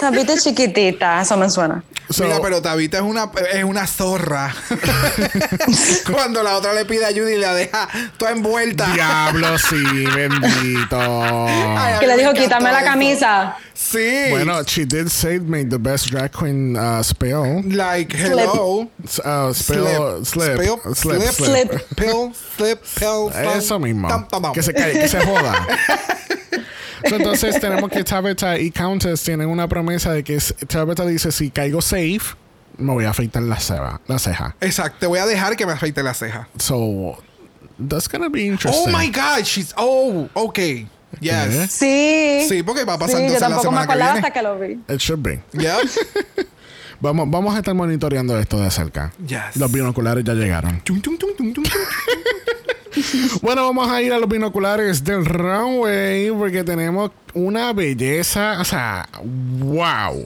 C: Tabita es chiquitita, eso me suena.
A: So,
B: Mira, pero Tabita es una, es una zorra. cuando la otra le pide ayuda y la deja toda envuelta.
A: Diablo, sí, bendito.
B: Ay, a
C: Que
B: mí
C: le
B: me
C: dijo,
B: encantó
C: quítame la
B: eso".
C: camisa.
B: Sí.
A: Bueno, she did say it made the best drag queen uh, spell.
B: Like, hello.
A: Uh, spell, slip.
B: Spell,
A: Slip. Slip.
C: slip.
B: Pill, slip, pill,
A: Eso
B: pam,
A: mismo.
B: tam, tam, tam.
A: Que se cae, que se joda. So, entonces tenemos que Tabitha y Countess tienen una promesa de que s- Tabitha dice si caigo safe, me voy a afeitar la ceja. La ceja.
B: Exacto, te voy a dejar que me afeite la ceja.
A: So that's gonna be
B: Oh
A: interesting.
B: my god, she's. Oh, ok. Yes.
C: Sí.
B: Sí, porque va a pasar
C: Sí, yo
B: entonces la
C: tampoco me
B: semana que
C: acordaba
B: viene.
C: hasta que lo vi.
A: It should be.
B: Yep.
A: Vamos, vamos a estar monitoreando esto de cerca.
B: Yes.
A: Los binoculares ya llegaron.
B: Tum, tum, tum, tum, tum, tum.
A: Bueno, vamos a ir a los binoculares del runway porque tenemos una belleza, o sea, wow.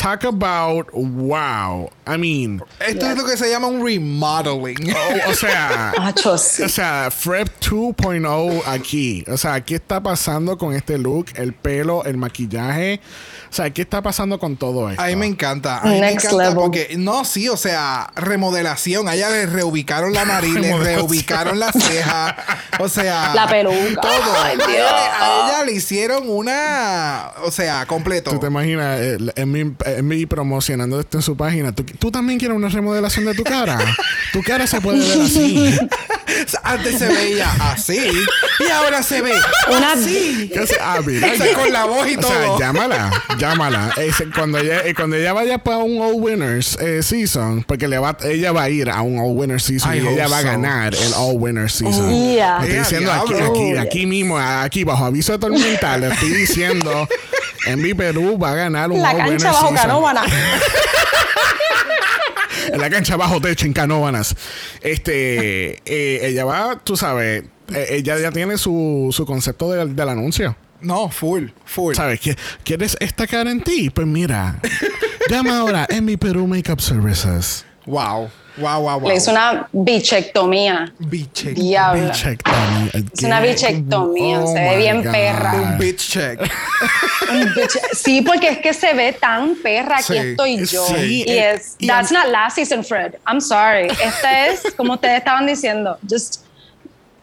A: Talk about wow. I mean,
B: Esto es lo que se llama un remodeling.
A: o, o sea,
C: Acho, sí.
A: o sea, Frep 2.0 aquí. O sea, ¿qué está pasando con este look? El pelo, el maquillaje. O sea, ¿qué está pasando con todo esto?
B: A mí me encanta. A mí me
C: Next
B: encanta
C: level.
B: porque, no, sí, o sea, remodelación. A ella le reubicaron la nariz, le
A: Remodelación.
B: reubicaron la ceja. O sea.
C: La peluca.
B: Todo.
C: Ay,
B: a,
C: Dios.
B: ella, a ella le hicieron una. O sea, completo.
A: ¿Tú te imaginas? El, el Bernie eh, me promocionando esto en su página. ¿Tú, tú también quieres una remodelación de tu cara? tu cara se puede ver así.
B: O sea, Antes se veía así y ahora se ve
C: Una-
B: así.
A: ¿Qué hace? Ah, mira,
B: O sea, con la voz y
A: O sea,
B: todo.
A: llámala, llámala. Es- cuando, ella, eh, cuando ella vaya para un All Winners eh, Season, porque le va, ella va a ir a un All Winners Season
B: I
A: y ella
B: hope
A: va a
B: so.
A: ganar el All Winners Season.
C: Oh, Yeah.
A: Le estoy
B: Yeah,
A: diciendo aquí,
B: diablo.
A: aquí, aquí mismo, aquí bajo aviso de tormenta, le estoy diciendo, en mi Perú va a ganar un
C: La
A: All Winners
C: cancha bajo
A: Season.
C: canómana.
A: En la cancha bajo techo, en canóbanas. Este, eh, ella va, tú sabes, eh, ella ya tiene su, su concepto del- del anuncio.
B: No, full, full.
A: ¿Sabes? ¿Qui- ¿Quieres esta cara en ti? Pues mira. Llama ahora en mi Perú Makeup Services.
B: Wow, wow, wow, wow.
C: Le hizo una bichectomía.
B: Biche.
C: Diablo.
A: Bichectomía. Oh
C: Es una bichectomía, se ve
A: my
C: bien perra.
B: Un bitch check.
C: Un biche- Sí, porque es que se ve tan perra. Aquí
B: Sí,
C: estoy yo.
A: sí.
C: Y es,
A: Y-
C: that's not last season, Fred. I'm sorry. Esta es, como ustedes estaban diciendo, just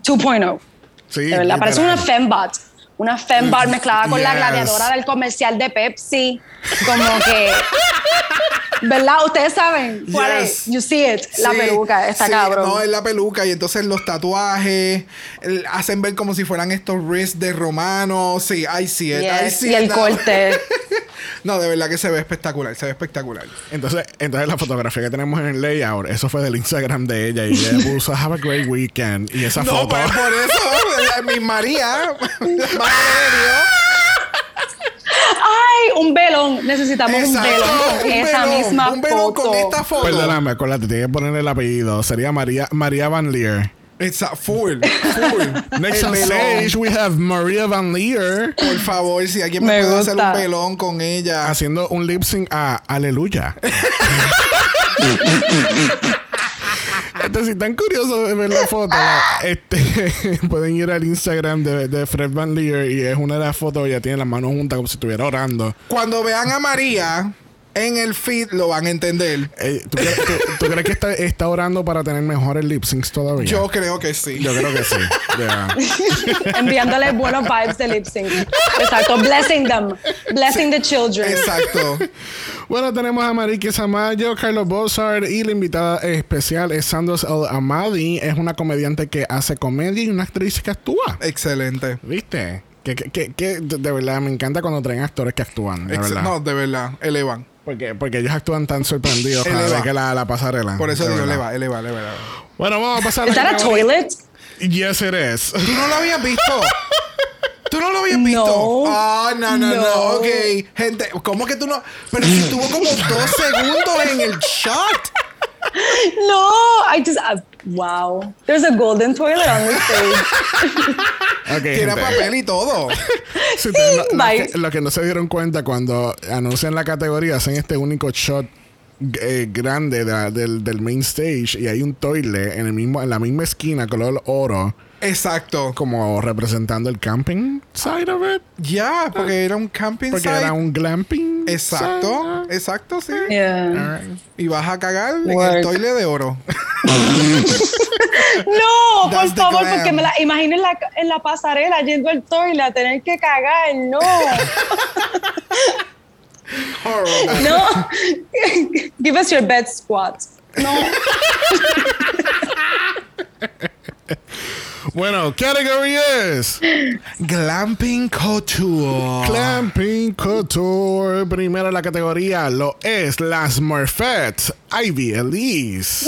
C: 2.0.
A: Sí,
C: De verdad, parece una
A: literal.
C: fembot. Una fembot mezclada con la
B: Mm, Yes.
C: gladiadora del comercial de Pepsi. Como que. ¿Verdad? Ustedes saben cuál
B: Yes.
C: es. You see it. La
B: Sí,
C: peluca, está
B: sí,
C: cabrón.
B: No, es la peluca y entonces los tatuajes el- hacen ver como si fueran estos wrists de romanos. Sí, I see it. I
C: Yes,
B: see
C: Y
B: it
C: el
B: now.
C: corte.
B: No, de verdad que se ve espectacular, se ve espectacular.
A: Entonces, entonces la fotografía que tenemos en el layout, eso fue del Instagram de ella y ella puso Have a great weekend y esa
B: No,
A: foto.
B: pues por eso, la- mi María, la madre de Dios.
C: ¡Ay! Un velón. Necesitamos
B: Exacto,
C: un velón con
B: un
C: esa
B: velón,
C: misma
B: un velón
C: foto.
B: con esta foto.
A: Perdóname, acuérdate, tienes que poner el apellido. Sería María, María Van Leer.
B: Exacto, full, full.
A: Next
B: El
A: on
B: velón.
A: stage we have Maria Van Leer
B: Por favor, si alguien me,
C: Me
B: puede hacer
C: gusta.
B: un pelón con ella.
A: haciendo un lip sync a Aleluya. Entonces, Este, si están curiosos de ver la foto, la- este, pueden ir al Instagram de, de Fred Van Leer y es una de las fotos, ella tiene las manos juntas como si estuviera orando.
B: Cuando vean a María en el feed, lo van a entender.
A: Eh, ¿tú, crees, tú- tú crees que está, está orando para tener mejores lip syncs todavía?
B: Yo creo que sí.
A: Yo creo que sí. Yeah.
C: Enviándole buenos vibes de lip sync. Exacto. Blessing them. Blessing the children.
B: Exacto.
A: Bueno, tenemos a Marique Samayo, Carlos Bozard y la invitada especial es Sandos El Amadi. Es una comediante que hace comedia y una actriz que actúa.
B: Excelente.
A: ¿Viste? Que, que- que- que de de verdad me encanta cuando traen actores que actúan, de
B: Ex-
A: verdad.
B: no, de verdad, elevan.
A: Porque, porque ellos actúan tan sorprendidos cada
B: Eleva.
A: vez que la, la pasarela.
B: Por eso
A: de
B: digo,
A: verdad.
B: eleva, eleva, eleva. eleva.
A: Bueno, vamos a pasar
C: ¿Es that a
A: categoría-
C: toilet?
A: Yes, it is.
B: ¿Tú no lo habías visto? ¿Tú no lo habías
C: No.
B: visto? Ah, no, no, no,
C: No.
B: Ok, gente, ¿cómo que tú no? Pero si tuvo como dos segundos en el shot.
C: No. I just. I- wow. There's a golden toilet on the stage.
A: Ok,
B: Tiene
A: gente.
B: papel y todo.
A: Si ustedes no- los
C: Bye.
A: que- los que no se dieron cuenta cuando anuncian la categoría, hacen este único shot eh, grande de la- del, del main stage y hay un toile en, el mismo, en la misma esquina color oro,
B: Exacto.
A: como representando el camping side of it,
B: Ya, porque era un camping
A: porque
B: site.
A: era un glamping.
B: Exacto,
A: side.
B: exacto, sí.
C: Yeah.
A: Alright.
B: Y vas a cagar en el
C: Work.
B: toile de oro.
C: No,
B: That's the
C: por favor,
B: glam.
C: porque me la imagino en la, en la pasarela yendo al toilet a tener que cagar. No,
B: Horrible.
C: no. Give us your bed squat. No.
A: Bueno, category es
B: Glamping couture.
A: Clamping Couture. Primero la categoría lo es las Murphettes. Ivy Elise.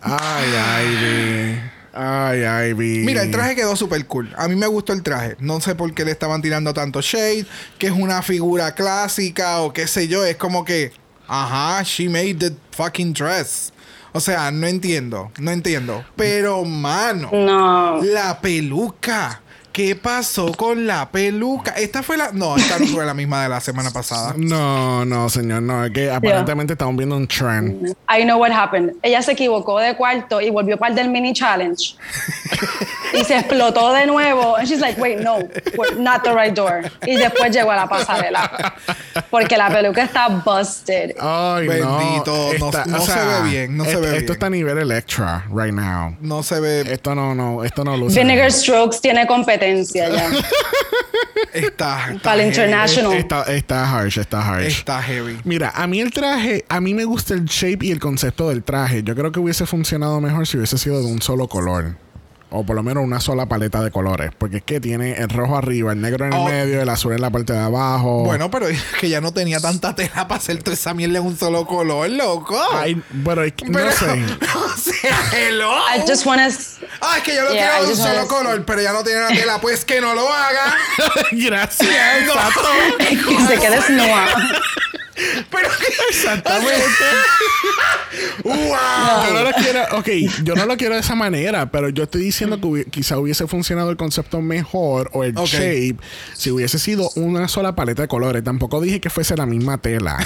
A: Ay, Ivy. Ay, Ivy.
B: Mira, el traje quedó súper cool. A mí me gustó el traje. No sé por qué le estaban tirando tanto shade, que es una figura clásica o qué sé yo. Es como que, ajá, she made the fucking dress. O sea, no entiendo, no entiendo. Pero, mano,
C: No.
B: la peluca. ¿Qué pasó con la peluca? Esta fue la... No, esta no fue la misma de la semana pasada.
A: No, no, señor, no. Es que aparentemente estamos viendo un trend.
C: I know what happened. Ella se equivocó de cuarto y volvió para el del mini challenge. y se explotó de nuevo. And she's like, wait, no, we're not the right door. Y después llegó a la pasarela. Porque la peluca está busted.
A: Ay, no.
B: Bendito, no- no
A: o
B: se ve bien, no se
A: esto-
B: ve
A: Esto
B: bien.
A: está a nivel Electra right now.
B: No se ve...
A: Esto no, no, esto no luce.
C: Vinegar Strokes tiene adolescencia ya.
B: Está. está
C: Para el
B: heavy.
C: international.
A: Está, está harsh, está harsh.
B: Está heavy.
A: Mira, a mí el traje, a mí me gusta el shape y el concepto del traje. Yo creo que hubiese funcionado mejor si hubiese sido de un solo color. O por lo menos una sola paleta de colores. Porque es que tiene el rojo arriba, el negro en el
B: Oh.
A: medio, el azul en la parte de abajo.
B: Bueno, pero es que ya no tenía tanta tela para hacer toda esa mierda en un solo color, loco.
A: Ay, bueno, es que no
B: Pero-
A: sé.
B: o sea, hello.
C: I just wanna
B: Ah, es que yo lo
C: Yeah,
B: quiero
C: I
B: de un
C: just wanna
B: solo color, pero ya no tiene la tela. Pues que no lo haga.
A: Gracias. exacto.
C: que se quede desnuda.
B: Pero
A: Exactamente.
B: ¡Wow!
A: Yo no lo quiero, ok, yo no lo quiero de esa manera, pero yo estoy diciendo que hubi- quizá hubiese funcionado el concepto mejor o el
B: Ok.
A: shape si hubiese sido una sola paleta de colores. Tampoco dije que fuese la misma tela.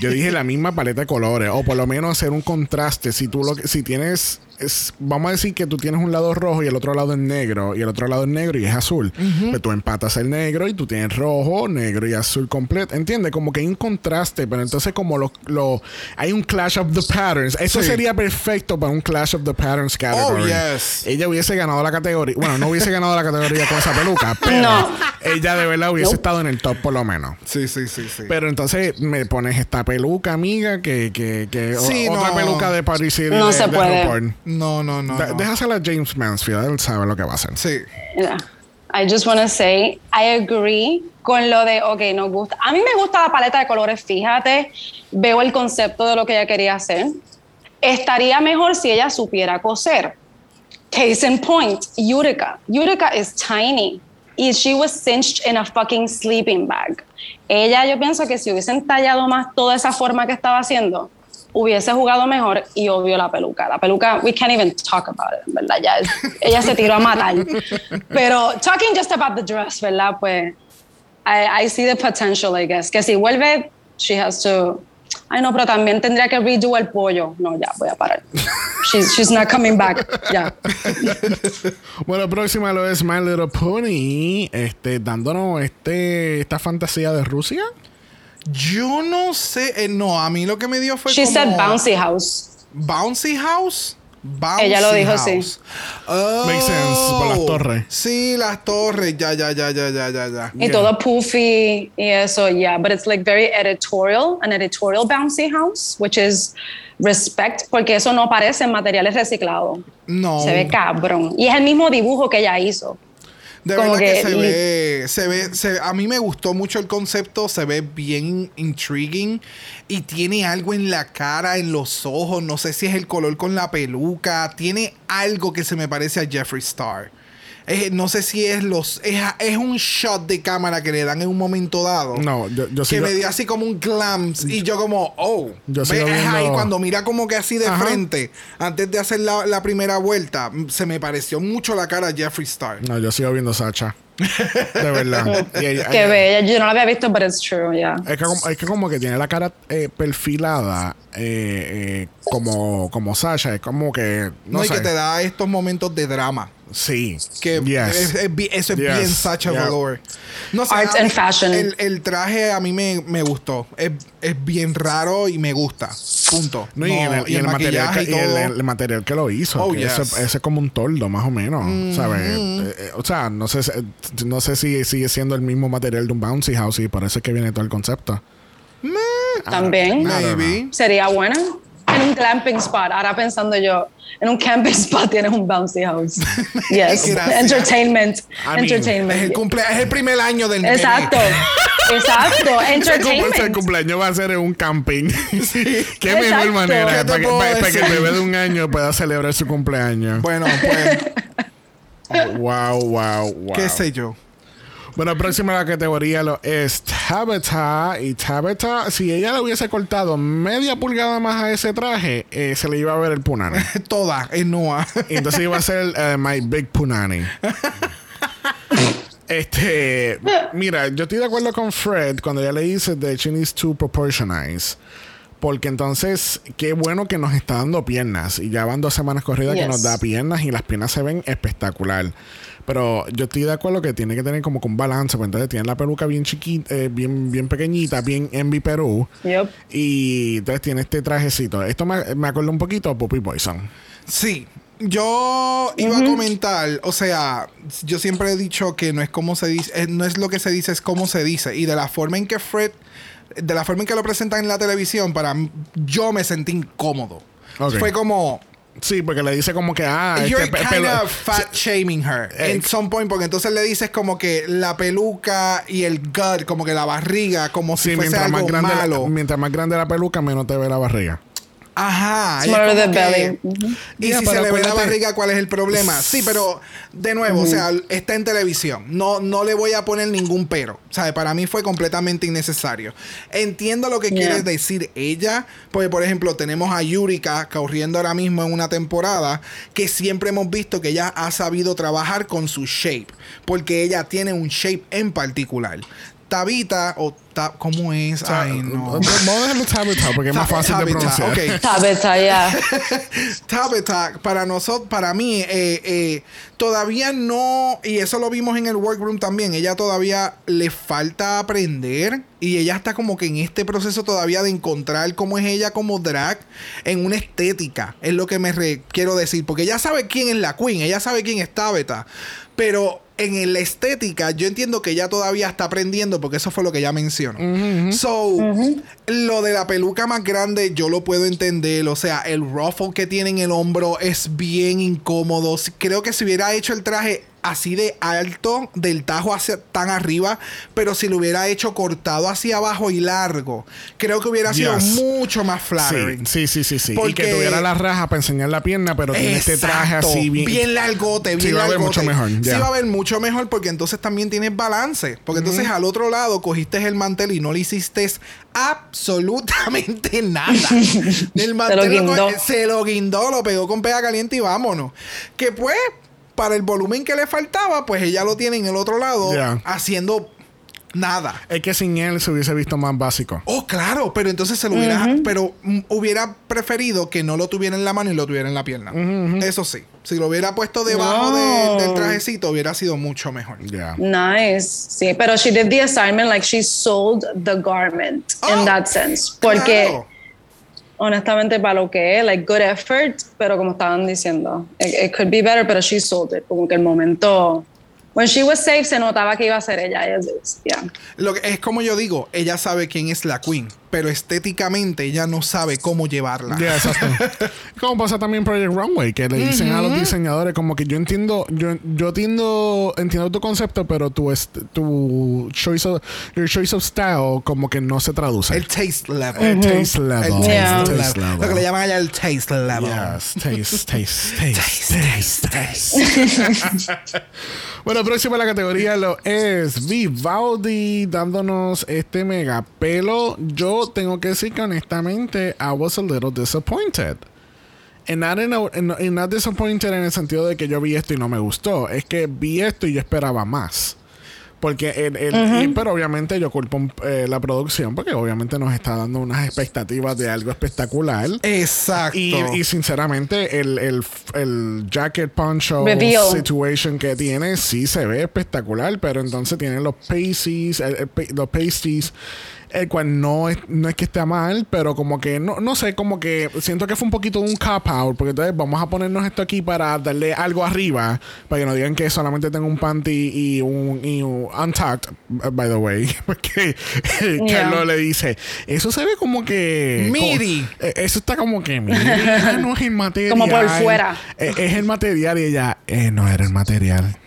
A: Yo dije la misma paleta de colores, o por lo menos hacer un contraste. Si tú lo que- si tienes, es- vamos a decir que tú tienes un lado rojo y el otro lado es negro, y el otro lado es negro y es azul. Pero tú empatas el negro y tú tienes rojo, negro y azul completo. ¿Entiendes? Como que hay un contraste, pero entonces como lo, lo- hay un clash of the patterns. Eso
B: Sí. Oh,
A: sería perfecto para un clash of the patterns category.
B: yes.
A: Ella hubiese ganado la categoría. Bueno, no hubiese ganado la categoría con esa peluca, pero
C: No.
A: ella de verdad hubiese
C: Nope.
A: estado en el top por lo menos.
B: Sí, sí, sí, sí.
A: Pero entonces me pones esta peluca, amiga, que, que, que o-
B: Sí,
A: otra
B: no.
A: peluca de Paris City.
C: No
A: de-
C: se
A: de
C: puede.
A: RuPaul.
B: no, no, no.
A: Da-
B: no.
A: Déjasela a James Mansfield, él sabe lo que va a hacer.
B: Sí.
C: Yeah. I just wanna say, I agree con lo de, ok, nos gusta. A mí me gusta la paleta de colores, fíjate. Veo el concepto de lo que ella quería hacer. Estaría mejor si ella supiera coser. Case in point, Utica. Utica is tiny. Y she was cinched in a fucking sleeping bag. Ella, yo pienso que si hubiesen tallado más toda esa forma que estaba haciendo, hubiese jugado mejor y obvio la peluca. La peluca, we can't even talk about it, en ¿verdad? Ya, es- ella se tiró a matar. Pero talking just about the dress, ¿verdad? Pues I, I see the potential, I guess. Que si vuelve, she has to. Ay, no, pero también tendría que redo el pollo. No, ya, voy a parar. She's, she's not coming back. Ya.
A: Bueno, próxima lo es My Little Pony, este, dándonos este, esta fantasía de Rusia.
B: Yo no sé. eh, no, a mí lo que me dio fue.
C: She
B: como
C: said bouncy house.
B: Bouncy House. Bouncy
C: Ella lo dijo, sí.
B: house. Oh.
A: Makes sense, por las torres.
B: Sí, las torres. Ya, ya, ya, ya, ya, ya, ya.
C: Y todo poofy y eso, yeah. But it's like very editorial, an editorial bouncy house, which is respect, porque eso no parece en materiales reciclados.
B: No.
C: Se ve cabrón. Y es el mismo dibujo que ella hizo.
B: De
C: Como
B: verdad que,
C: que
B: se,
C: li-
B: ve, se ve, se- a mí me gustó mucho el concepto, se ve bien intriguing y tiene algo en la cara, en los ojos, no sé si es el color con la peluca, tiene algo que se me parece a Jeffree Star. Es- no sé si es los es, es un shot de cámara que le dan en un momento dado.
A: No, yo, yo
B: que
A: sigo-
B: me dio así como un glams y yo como, oh,
A: Yo
B: Ve,
A: sigo
B: es ahí
A: viendo-
B: cuando mira como que así de
A: Ajá.
B: frente, antes de hacer la, la primera vuelta, m- se me pareció mucho la cara a Jeffree Star.
A: No, yo sigo viendo Sacha. De verdad. Y ella-
C: Qué bella. Yo no la había visto, but it's true, yeah.
A: Es que, como- es que como que tiene la cara eh, perfilada eh, eh, como, como Sasha. Es como que... No,
B: No, y
A: sé.
B: que te da estos momentos de drama.
A: Sí.
B: Que
A: Yes.
B: es- es bi- eso es
A: Yes.
B: bien Sacha
A: Yeah.
B: Valor. No sé,
C: Arts
B: a mí-
C: and fashion.
B: El, el traje a mí me, me gustó. Es, es bien raro y me gusta. Punto.
A: No, y, en el, y el material que,
B: maquillaje
A: y el- el material que lo hizo.
B: Oh,
A: que
B: yes.
A: ese, ese es como un toldo, más o menos. ¿sabes? Eh, eh, o sea, no sé, si- eh, no sé si sigue siendo el mismo material de un bouncy house y por eso es que viene todo el concepto.
C: También.
B: Maybe.
C: Sería buena. En un glamping spot, ahora pensando yo, en un camping spot tienes un bouncy house. Yes.
B: Gracias.
C: Entertainment.
A: I mean,
B: Es el,
C: Entertainment.
B: cumple, es el primer año del nene.
C: Exacto. Exacto.
A: El cum- el
C: Entertainment.
A: cumpleaños va a ser en un camping. Qué mejor
C: Exacto.
A: manera
B: ¿Qué te
A: para que,
B: puedo
A: para- para que el
B: decir?
A: bebé de un año pueda celebrar su cumpleaños.
B: Bueno, pues,
A: Wow, wow, wow.
B: qué sé yo.
A: Bueno, próxima la categoría lo es Tabitha. Y Tabitha, si ella le hubiese cortado media pulgada más a ese traje, eh, se le iba a ver el punani.
B: Toda en Noah.
A: Y entonces iba a ser eh, My Big Punani. Este, mira, yo estoy de acuerdo con Fred cuando ya le dice The she needs to proportionize. Porque entonces, qué bueno que nos está dando piernas. Y ya van dos semanas corridas que
C: Yes.
A: nos da piernas y las piernas se ven espectacular. Pero yo estoy de acuerdo que tiene que tener como que un balance. Porque entonces tiene la peluca bien chiquita, eh, bien, bien pequeñita, bien Envy Perú.
C: Yep.
A: Y entonces tiene este trajecito. Esto me, me acuerda un poquito a Poppy Poison.
B: Sí. yo iba a comentar, o sea, yo siempre he dicho que no es como se dice, eh, no es lo que se dice, es cómo se dice. Y de la forma en que Fred, de la forma en que lo presentan en la televisión, para mí, yo me sentí incómodo.
A: Ok.
B: Fue como,
A: Sí, porque le dice como que, ah,
B: You're
A: este pe-
B: kind
A: pelo-
B: of fat shaming her
A: Eh,
B: at some point porque entonces le dices como que la peluca y el gut, como que la barriga, como si
A: Sí,
B: fuese
A: mientras
B: algo
A: más, grande la,
B: malo.
A: mientras más grande la peluca, menos te ve la barriga.
B: Ajá. y es
C: Smaller
B: como
C: the
B: que-
C: belly. Ujú.
B: Y
A: Yeah,
B: si
A: pero
B: se le ve la
A: acuérdate-
B: barriga, ¿cuál es el problema? Sí, pero de nuevo, o sea, está en televisión. No, no le voy a poner ningún pero. O sea, para mí fue completamente innecesario. Entiendo lo que
C: Yeah.
B: quiere decir ella, porque por ejemplo tenemos a Yurika corriendo ahora mismo en una temporada que siempre hemos visto que ella ha sabido trabajar con su shape, porque ella tiene un shape en particular. Tabita o ta- ¿cómo es? Ay, no.
A: Ah, Vamos a dejarlo Tabitha porque es más
B: Tab-
A: fácil de
B: Tabitha,
A: pronunciar.
B: ok.
C: Tabitha, yeah.
B: Tabitha, para nosotros, para mí, eh, eh, todavía no, y eso lo vimos en el workroom también, ella todavía le falta aprender y ella está como que en este proceso todavía de encontrar cómo es ella como drag en una estética, es lo que me re- quiero decir, porque ella sabe quién es la queen, ella sabe quién es Tabitha, pero en la estética yo entiendo que ella todavía está aprendiendo porque eso fue lo que ella mencionó. So, lo de la peluca más grande yo lo puedo entender, o sea, el ruffle que tiene en el hombro es bien incómodo. Si- Creo que si hubiera hecho el traje así de alto, del tajo hacia tan arriba, pero si lo hubiera hecho cortado hacia abajo y largo, creo que hubiera sido
A: Yes.
B: mucho más flattering.
A: Sí, sí, sí, sí. sí. Y
B: Porque-
A: que tuviera la raja para enseñar la pierna, pero tiene este traje
B: Exacto.
A: así bien.
B: bien largote, bien
A: Sí, va a haber
B: largote.
A: mucho mejor,
B: Sí
A: ya.
B: va a haber mucho mejor porque entonces también tienes balance, porque entonces al otro lado cogiste el mantel y no le hiciste absolutamente nada. el mantel
C: lo
B: co-
C: guindó.
B: se lo guindó, lo pegó con pega caliente y vámonos. Que pues para el volumen que le faltaba, pues ella lo tiene en el otro lado
A: Ya.
B: haciendo nada.
A: Es que sin él se hubiese visto más básico.
B: Oh, claro, pero entonces se lo hubiera, pero mm, hubiera preferido que no lo tuviera en la mano y lo tuviera en la pierna. Eso sí, si lo hubiera puesto debajo
C: No.
B: de- del trajecito hubiera sido mucho mejor.
A: Ya.
C: Nice. Sí, pero she did the assignment like she sold the garment
B: Oh,
C: in that sense. Porque
B: Claro.
C: honestamente para lo que es, like good effort, pero como estaban diciendo, it, it could be better, pero she sold it. Como que el momento, when she was safe, se notaba que iba a ser ella. Ella- yeah.
B: Lo que- es como yo digo, ella sabe quién es la queen, pero estéticamente ella no sabe cómo llevarla.
A: Ya, exacto. como pasa también Project Runway, que le dicen a los diseñadores como que yo entiendo, yo, yo entiendo, entiendo tu concepto, pero tu, est- tu choice of, your choice of style como que no se traduce.
B: El taste level.
A: El taste level.
B: El taste
C: Yeah.
A: Taste
B: level.
A: level.
B: Lo que le llaman allá el taste level.
A: Yes, taste, taste, taste, taste, taste. bueno, próxima la categoría lo es Vivaldi dándonos este mega pelo. Yo tengo que decir que honestamente I was a little disappointed. And not, in a- and- and not disappointed en el sentido de que yo vi esto y no me gustó. Es que vi esto y yo esperaba más. Porque el, el- y- pero obviamente yo culpo eh, la producción porque obviamente nos está dando unas expectativas de algo espectacular.
B: Exacto.
A: Y, y sinceramente, el, el, el jacket poncho
C: Reveal.
A: situation que tiene sí se ve espectacular, pero entonces tiene los pasties, el- el pa- los pasties, el cual no es, no es que esté mal, pero como que no, no sé, como que siento que fue un poquito un cap out, porque entonces vamos a ponernos esto aquí para darle algo arriba, para que no digan que solamente tengo un panty y un, y un untucked, by the way, porque
C: Yeah.
A: Carlos le dice, eso se ve como que...
B: Miri.
A: co- eh, Eso está como que... Miri, ah, no es el material.
C: Como por fuera.
A: Eh, es el material y ella... eh, no era el material.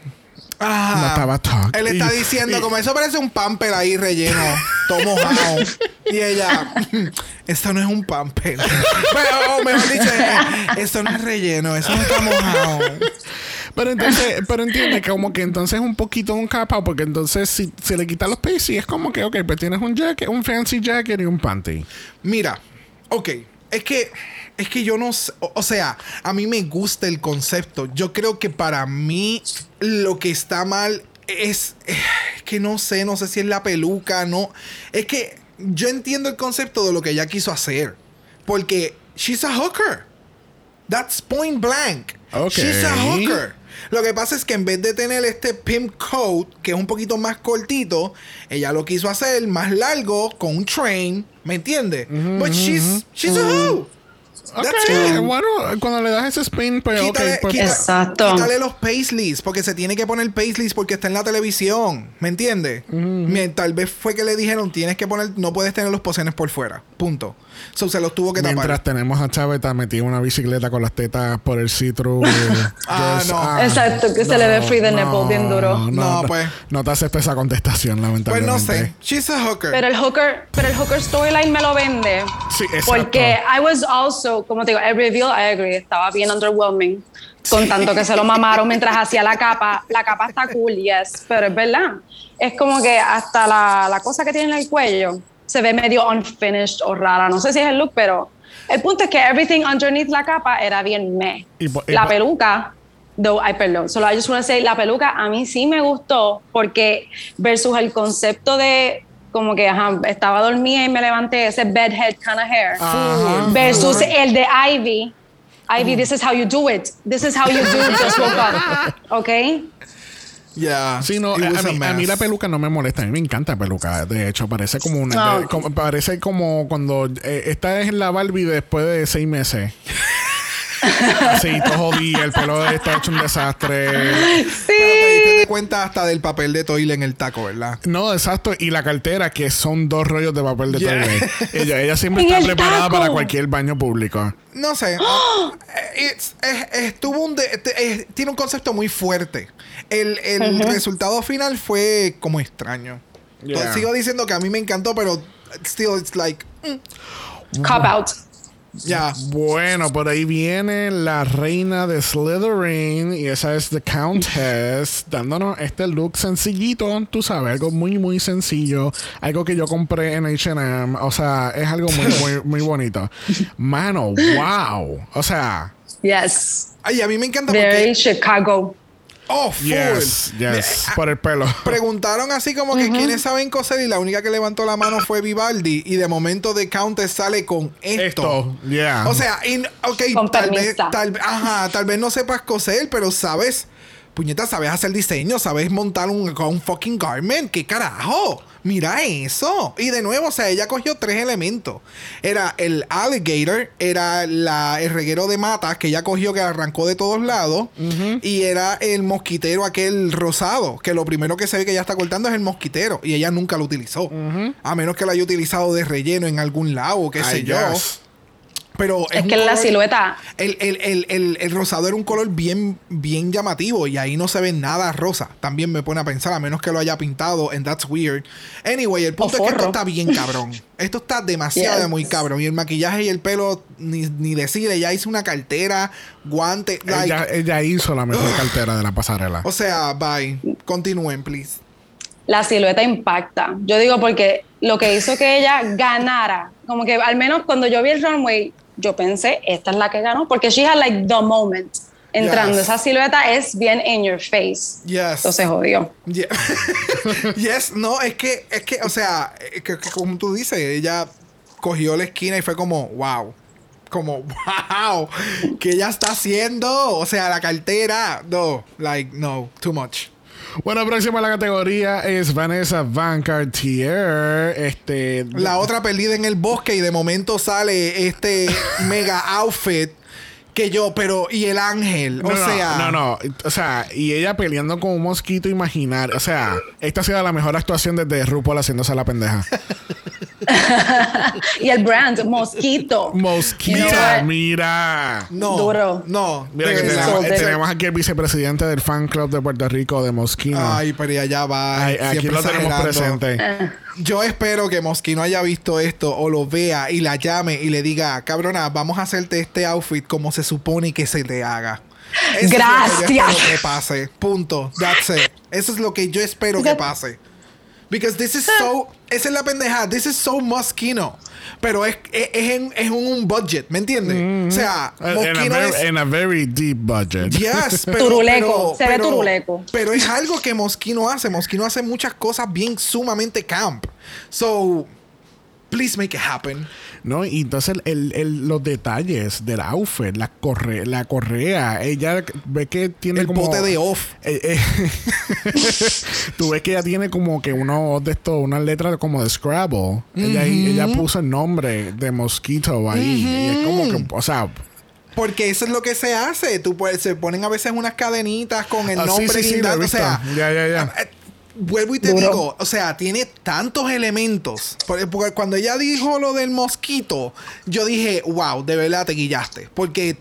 B: Ah,
A: No estaba tucked.
B: Él está
A: Y-
B: diciendo,
A: y-
B: como eso parece un pamper ahí relleno, todo mojado. y ella, "Mm, esto no es un pamper. Bueno, o mejor dicho, eh, esto no es relleno, eso no está mojado.
A: Pero entonces... pero entiende que como que entonces es un poquito un capa porque entonces si se le quita los pasties es como que, ok, pues tienes un jacket, un fancy jacket y un panty.
B: Mira, ok, es que, es que yo no sé, o, o sea, a mí me gusta el concepto. Yo creo que para mí lo que está mal es, eh, que no sé, no sé si es la peluca, no. Es que yo entiendo el concepto de lo que ella quiso hacer, porque she's a hooker. That's point blank.
A: Ok.
B: She's a hooker. Lo que pasa es que en vez de tener este pimp coat, que es un poquito más cortito, ella lo quiso
A: Mm-hmm,
B: hacer más largo con un train, ¿me entiendes? But she's she's a hoe.
A: Ok,
B: That's it.
A: bueno, cuando le das ese spin, pues ok,
B: Quítale,
A: pues-
B: quita-
C: Exacto.
B: quítale los paisleys, porque se tiene que poner paisleys porque está en la televisión. ¿Me entiendes?
A: Mm-hmm.
B: Me- Tal vez fue que le dijeron, tienes que poner, no puedes tener los posenes por fuera. Punto. So, se los tuvo que tapar.
A: Mientras tenemos a Chaveta metida en una bicicleta con las tetas por el citro.
B: Ah, no.
C: Exacto, que se le ve free the nipple bien duro.
A: No,
B: No,
A: no,
B: pues.
A: No te acepta esa contestación,
B: Pues
A: lamentablemente.
B: no sé. She's a hooker.
C: Pero el hooker, pero el hooker storyline me lo vende.
A: Sí, exacto.
C: Porque Eh, I was also, como te digo, el reveal, I agree, estaba bien underwhelming. Con tanto que se lo mamaron mientras hacía la capa. La capa está cool, yes, pero es verdad. Es como que hasta la, la cosa que tiene en el cuello se ve medio unfinished o rara. No sé si es el look, pero el punto es que everything underneath la capa era bien meh.
A: Y po- y
C: la
A: po-
C: peluca, though, ay, perdón, solo I just wanna say, la peluca a mí sí me gustó porque versus el concepto de como que ajá, estaba dormida y me levanté, ese bedhead kind of hair,
A: Ajá.
C: versus el de Ivy. Ivy, this is how you do it. This is how you do it. Just woke up. ¿Ok?
B: Yeah.
A: Sí, no,
B: It
A: a, a
B: was
A: mí, a
B: mess.
A: mí la peluca no me molesta, a mí me encanta la peluca. De hecho, parece como una.
C: Ah,
A: de-
C: ok.
A: como- parece como cuando. eh, esta es la Barbie después de seis meses. sí, todo jodido, el pelo está hecho un desastre.
B: Te
C: Sí.
B: diste cuenta hasta del papel de toile en el taco, ¿verdad?
A: No, exacto. Y la cartera, que son dos rollos de papel de
B: Yeah.
A: toilet. Ella, ella siempre
C: En
A: está
C: el
A: preparada
C: taco.
A: para cualquier baño público.
B: No sé. Eh, It's- es- estuvo un de- te- es- tiene un concepto muy fuerte. El, el resultado final fue como extraño.
A: Yeah.
B: Entonces, Sigo diciendo que a mí me encantó, pero still it's like,
C: Cop out.
B: ya.
A: Bueno, por ahí viene la reina de Slytherin y esa es The Countess, dándonos este look sencillito, tú sabes, algo muy, muy sencillo, algo que yo compré en HM, o sea, es algo muy, muy, muy bonito. Mano, wow, o sea,
C: Yes.
B: Ay, a mí me encanta
C: Very
B: porque
C: Chicago.
B: oh, full.
A: yes,
B: Me-
A: yes,
B: ah,
A: por el pelo.
B: Preguntaron así como que quiénes saben coser y la única que levantó la mano fue Vivaldi y de momento de Countess sale con esto.
A: Esto, yeah.
B: O sea, in- ok,
C: Con
B: tal vez,
C: permisa.
B: tal, ajá, tal vez no sepas coser, pero sabes, puñeta, sabes hacer diseño, sabes montar un, un fucking garment, ¿qué carajo? Mira eso. Y de nuevo, o sea, ella cogió tres elementos. Era el alligator, era la, el reguero de matas que ella cogió que arrancó de todos lados, y era el mosquitero aquel rosado, que lo primero que se ve que ella está cortando es el mosquitero, y ella nunca lo utilizó. A menos que lo haya utilizado de relleno en algún lado, o qué sé
A: I
B: yo.
A: guess.
B: Pero
C: Es
B: un
C: que la
B: color-
C: silueta.
B: El, el, el, el, el rosado era un color bien, bien llamativo y ahí no se ve nada rosa. También me pone a pensar, a menos que lo haya pintado, and that's weird. Anyway, el punto es que esto
C: forro.
B: está bien cabrón. Esto está demasiado
C: Yes.
B: muy cabrón. Y el maquillaje y el pelo, ni, ni decir, ella hizo una cartera, guante, like,
A: ella, ella hizo la mejor cartera de la pasarela.
B: o sea, bye. Continúen, please.
C: la silueta impacta. Yo digo porque lo que hizo que ella ganara, como que al menos cuando yo vi el runway, yo pensé, esta es la que ganó, porque she had like the moment entrando.
B: Yes.
C: Esa silueta es bien in your face.
B: Yes.
C: Entonces, jodió.
B: Ye- yes, no, es que, es que, o sea, es que, que como tú dices, ella cogió la esquina y fue como, wow. Como, wow, ¿qué ella está haciendo? O sea, la cartera, no, like, no, too much.
A: Bueno, próxima a la categoría es Vanessa Van Cartier. Este,
B: La otra perdida en el bosque y de momento sale este mega outfit que yo, pero, y el ángel, o
A: No, no,
B: sea.
A: No, no. O sea, y ella peleando con un mosquito imaginario. O sea, esta ha sido la mejor actuación desde RuPaul haciéndose la pendeja.
C: Y el brand, mosquito.
A: Mosquito,
C: You know what?
A: mira.
B: No,
C: Duro.
B: no,
A: Mira
B: de
A: que
B: verdad.
A: tenemos, eh,
C: So de-
A: tenemos aquí el vicepresidente del fan club de Puerto Rico de Mosquino.
B: Ay, pero allá va.
A: Ay, aquí
B: siempre
A: lo tenemos
B: exagerando. Eh,
A: presente.
B: Yo espero que Mosquino haya visto esto o lo vea y la llame y le diga, cabrona, vamos a hacerte este outfit como se supone que se te haga. Eso Es lo que yo
C: Gracias.
B: espero que pase. Punto. That's it. Eso es lo que yo espero que
C: That-
B: pase. Because this is so. Esa es la pendejada. This is so Mosquino. Pero es, es, es en- es un, un budget, ¿me entiendes? O sea,
A: En a,
B: Mosquino
A: ver-
B: es.
A: in a very deep budget.
B: Yes, pero, pero-
C: Turuleco, se ve
B: pero-
C: turuleco.
B: Pero es algo que Mosquino hace. Mosquino hace muchas cosas bien sumamente camp. So, please make it happen.
A: ¿no? Y entonces el- el- los detalles del outfit, la, corre la correa, ella ve que tiene
B: El
A: como...
B: bote de off.
A: Eh, eh, tú ves que ella tiene como que uno de estos, unas letras como de Scrabble. ella, ella puso el nombre de Mosquito ahí. Y es como que, o sea,
B: Porque eso es lo que se hace. Tú puedes, se ponen a veces unas cadenitas con el
A: Ah, sí,
B: nombre
A: sí, sí, lo he
B: guindando,
A: visto.
B: o sea,
A: Ya, ya, ya.
B: ah, eh, Vuelvo y te
C: Duro.
B: digo, o sea, tiene tantos elementos. Por- Porque cuando ella dijo lo del mosquito, yo dije, wow, de verdad te guillaste. Porque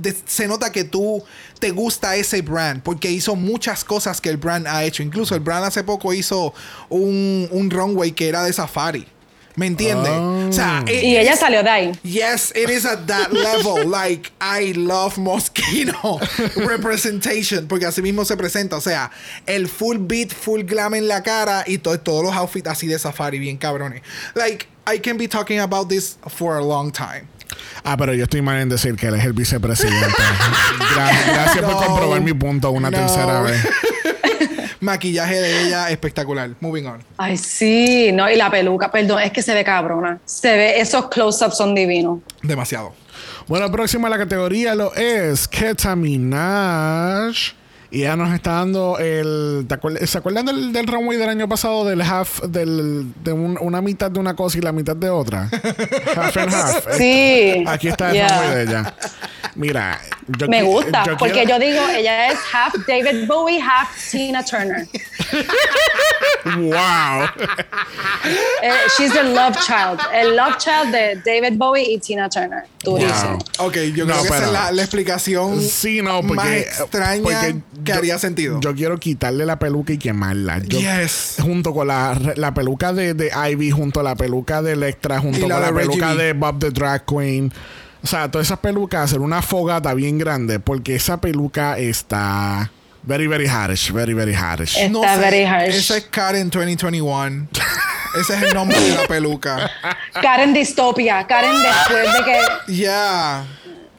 B: de- se nota que tú te gusta ese brand. Porque hizo muchas cosas que el brand ha hecho. Incluso el brand hace poco hizo un, un runway que era de safari. ¿Me entiendes? O sea, eh,
C: Ah. Y ella salió de ahí.
B: Yes, it is at that level. Like, I love Mosquito representation. Porque así mismo se presenta. O sea, el full beat, full glam en la cara y to- todos los outfits así de safari, bien cabrones. Like, I can be talking about this for a long time.
A: Ah, pero yo estoy mal en decir que él es el vicepresidente. Gra- gracias
B: No.
A: por comprobar mi punto una
B: No.
A: tercera vez.
B: Maquillaje de ella espectacular. Moving on.
C: Ay, sí, no, y la peluca, perdón, es que se ve cabrona. Se ve, esos close-ups son divinos.
B: Demasiado.
A: Bueno, próxima a la categoría lo es Ketaminage. Y ya nos está dando el. ¿te acuer- ¿Se acuerdan del, del runway del año pasado? Del half, del, de un- una mitad de una cosa y la mitad de otra. half and half.
C: Sí.
A: Pues, Aquí está el
C: Yeah.
A: runway de ella. Mira, yo
C: Me
A: qui-
C: gusta,
A: yo
C: porque
A: quiero-
C: yo digo, ella es half David Bowie, half Tina Turner.
A: ¡Wow!
C: Eh, she's the love child, el love child de David Bowie y Tina Turner. Durísimo.
A: Wow.
B: Ok, yo
A: No,
B: creo que esa
A: pero-
B: es la, la explicación
A: Sí, no, porque. eh,
B: más extraña
A: porque
B: que
A: yo-
B: haría sentido.
A: Yo quiero quitarle la peluca y quemarla. Yo-
B: Yes.
A: Junto con la, la peluca de, de Ivy, junto a la peluca de Electra, junto
B: Y la
A: con la
B: de Reggie
A: peluca
B: B.
A: de Bob the Drag Queen. O sea, todas esas pelucas, hacer una fogata bien grande, porque esa peluca está. Very, very harsh, very, very harsh.
C: Eh. Está very harsh.
B: Esa es Karen 2021. Ese es el nombre de la peluca.
C: Karen distopia, Karen después de que
B: Yeah.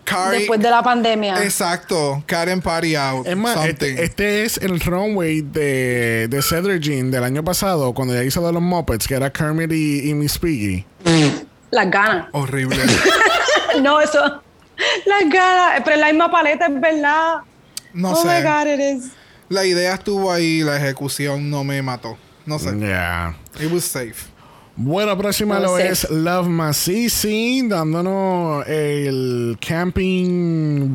B: Karen.
C: después de la pandemia.
B: Exacto. Karen Party Out.
A: Es más,
B: something.
A: este, este es el runway de, de Cedric Jean del año pasado, cuando ya hizo de los Muppets, que era Kermit y, y Miss Piggy.
C: Las ganas.
B: Horrible.
C: No, eso. Las ganas, pero es la misma paleta, es verdad.
B: No
C: oh my
B: sé.
C: God, it is.
B: La idea estuvo ahí, la ejecución no me mató. No sé.
A: Mm. Yeah.
B: It was safe.
A: Bueno, próxima lo
C: Entonces-
A: es Love Masisi, dándonos el camping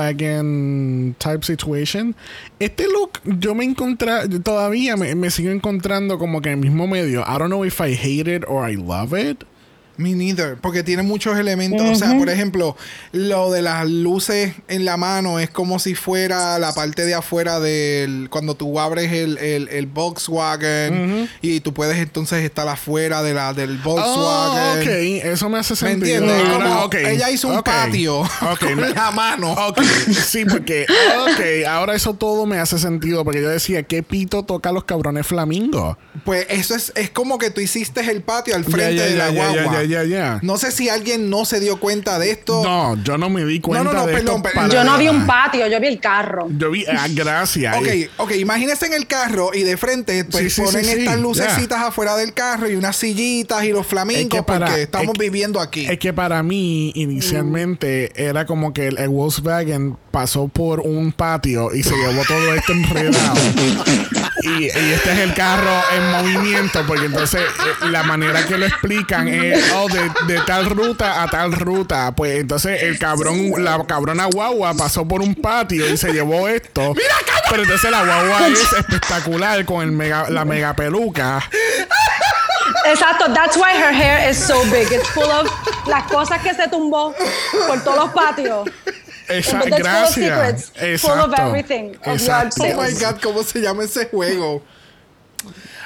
A: Volkswagen type situation. Este look yo me encontré, todavía me, me sigo encontrando como que en el mismo medio. I don't know if I hate it or I love it.
B: Me neither, porque tiene muchos elementos. O sea, por ejemplo, lo de las luces en la mano es como si fuera la parte de afuera del. Cuando tú abres el, el, el Volkswagen y tú puedes entonces estar afuera de la, del
A: Oh,
B: Volkswagen.
A: ok, eso me hace
B: ¿Me
A: sentido.
B: entiendes?
A: Ahora,
B: Como
A: ok,
B: Ella hizo un
A: ok,
B: patio
A: ok,
B: con
A: me-
B: la mano.
A: Ok, sí, porque, ok, ahora eso todo me hace sentido, porque yo decía, ¿qué pito toca a los cabrones flamingos?
B: Pues eso es, es como que tú hiciste el patio al
A: Ya,
B: frente
A: ya,
B: de
A: ya,
B: la
A: ya,
B: guagua.
A: ya, ya, ya.
B: No sé si alguien no se dio cuenta de esto.
A: No, yo no me di cuenta
B: No, no, no,
A: de esto
B: perdón, pero-
A: para
C: Yo no vi un
A: nada.
C: patio, yo vi el carro.
A: Yo vi, ah, gracias.
B: Ok,
A: Y-
B: ok, imagínense en el carro y de frente pues,
A: Sí, sí,
B: ponen
A: sí, sí,
B: estas
A: ya.
B: lucecitas afuera del carro y unas sillitas y los
A: es
B: flamencos
A: que para-
B: porque estamos
A: es que-
B: viviendo aquí.
A: Es que para mí, inicialmente, era como que el, el Volkswagen pasó por un patio y se llevó todo esto enredado. y, y este es el carro en movimiento, porque entonces eh, la manera que lo explican es, oh, de, de tal ruta a tal ruta. Pues entonces el cabrón, la cabrona guagua pasó por un patio y se llevó esto. Pero entonces la guagua es espectacular con el mega, la mega peluca.
C: Exacto, that's why her hair is so big. It's full of las cosas que se tumbó por todos los patios.
A: Esa-
C: But that's full of
A: gracias.
C: secrets, full of everything, of
A: Exacto.
B: Oh
C: yard
B: my
C: Sí.
B: God, ¿cómo se llama ese juego?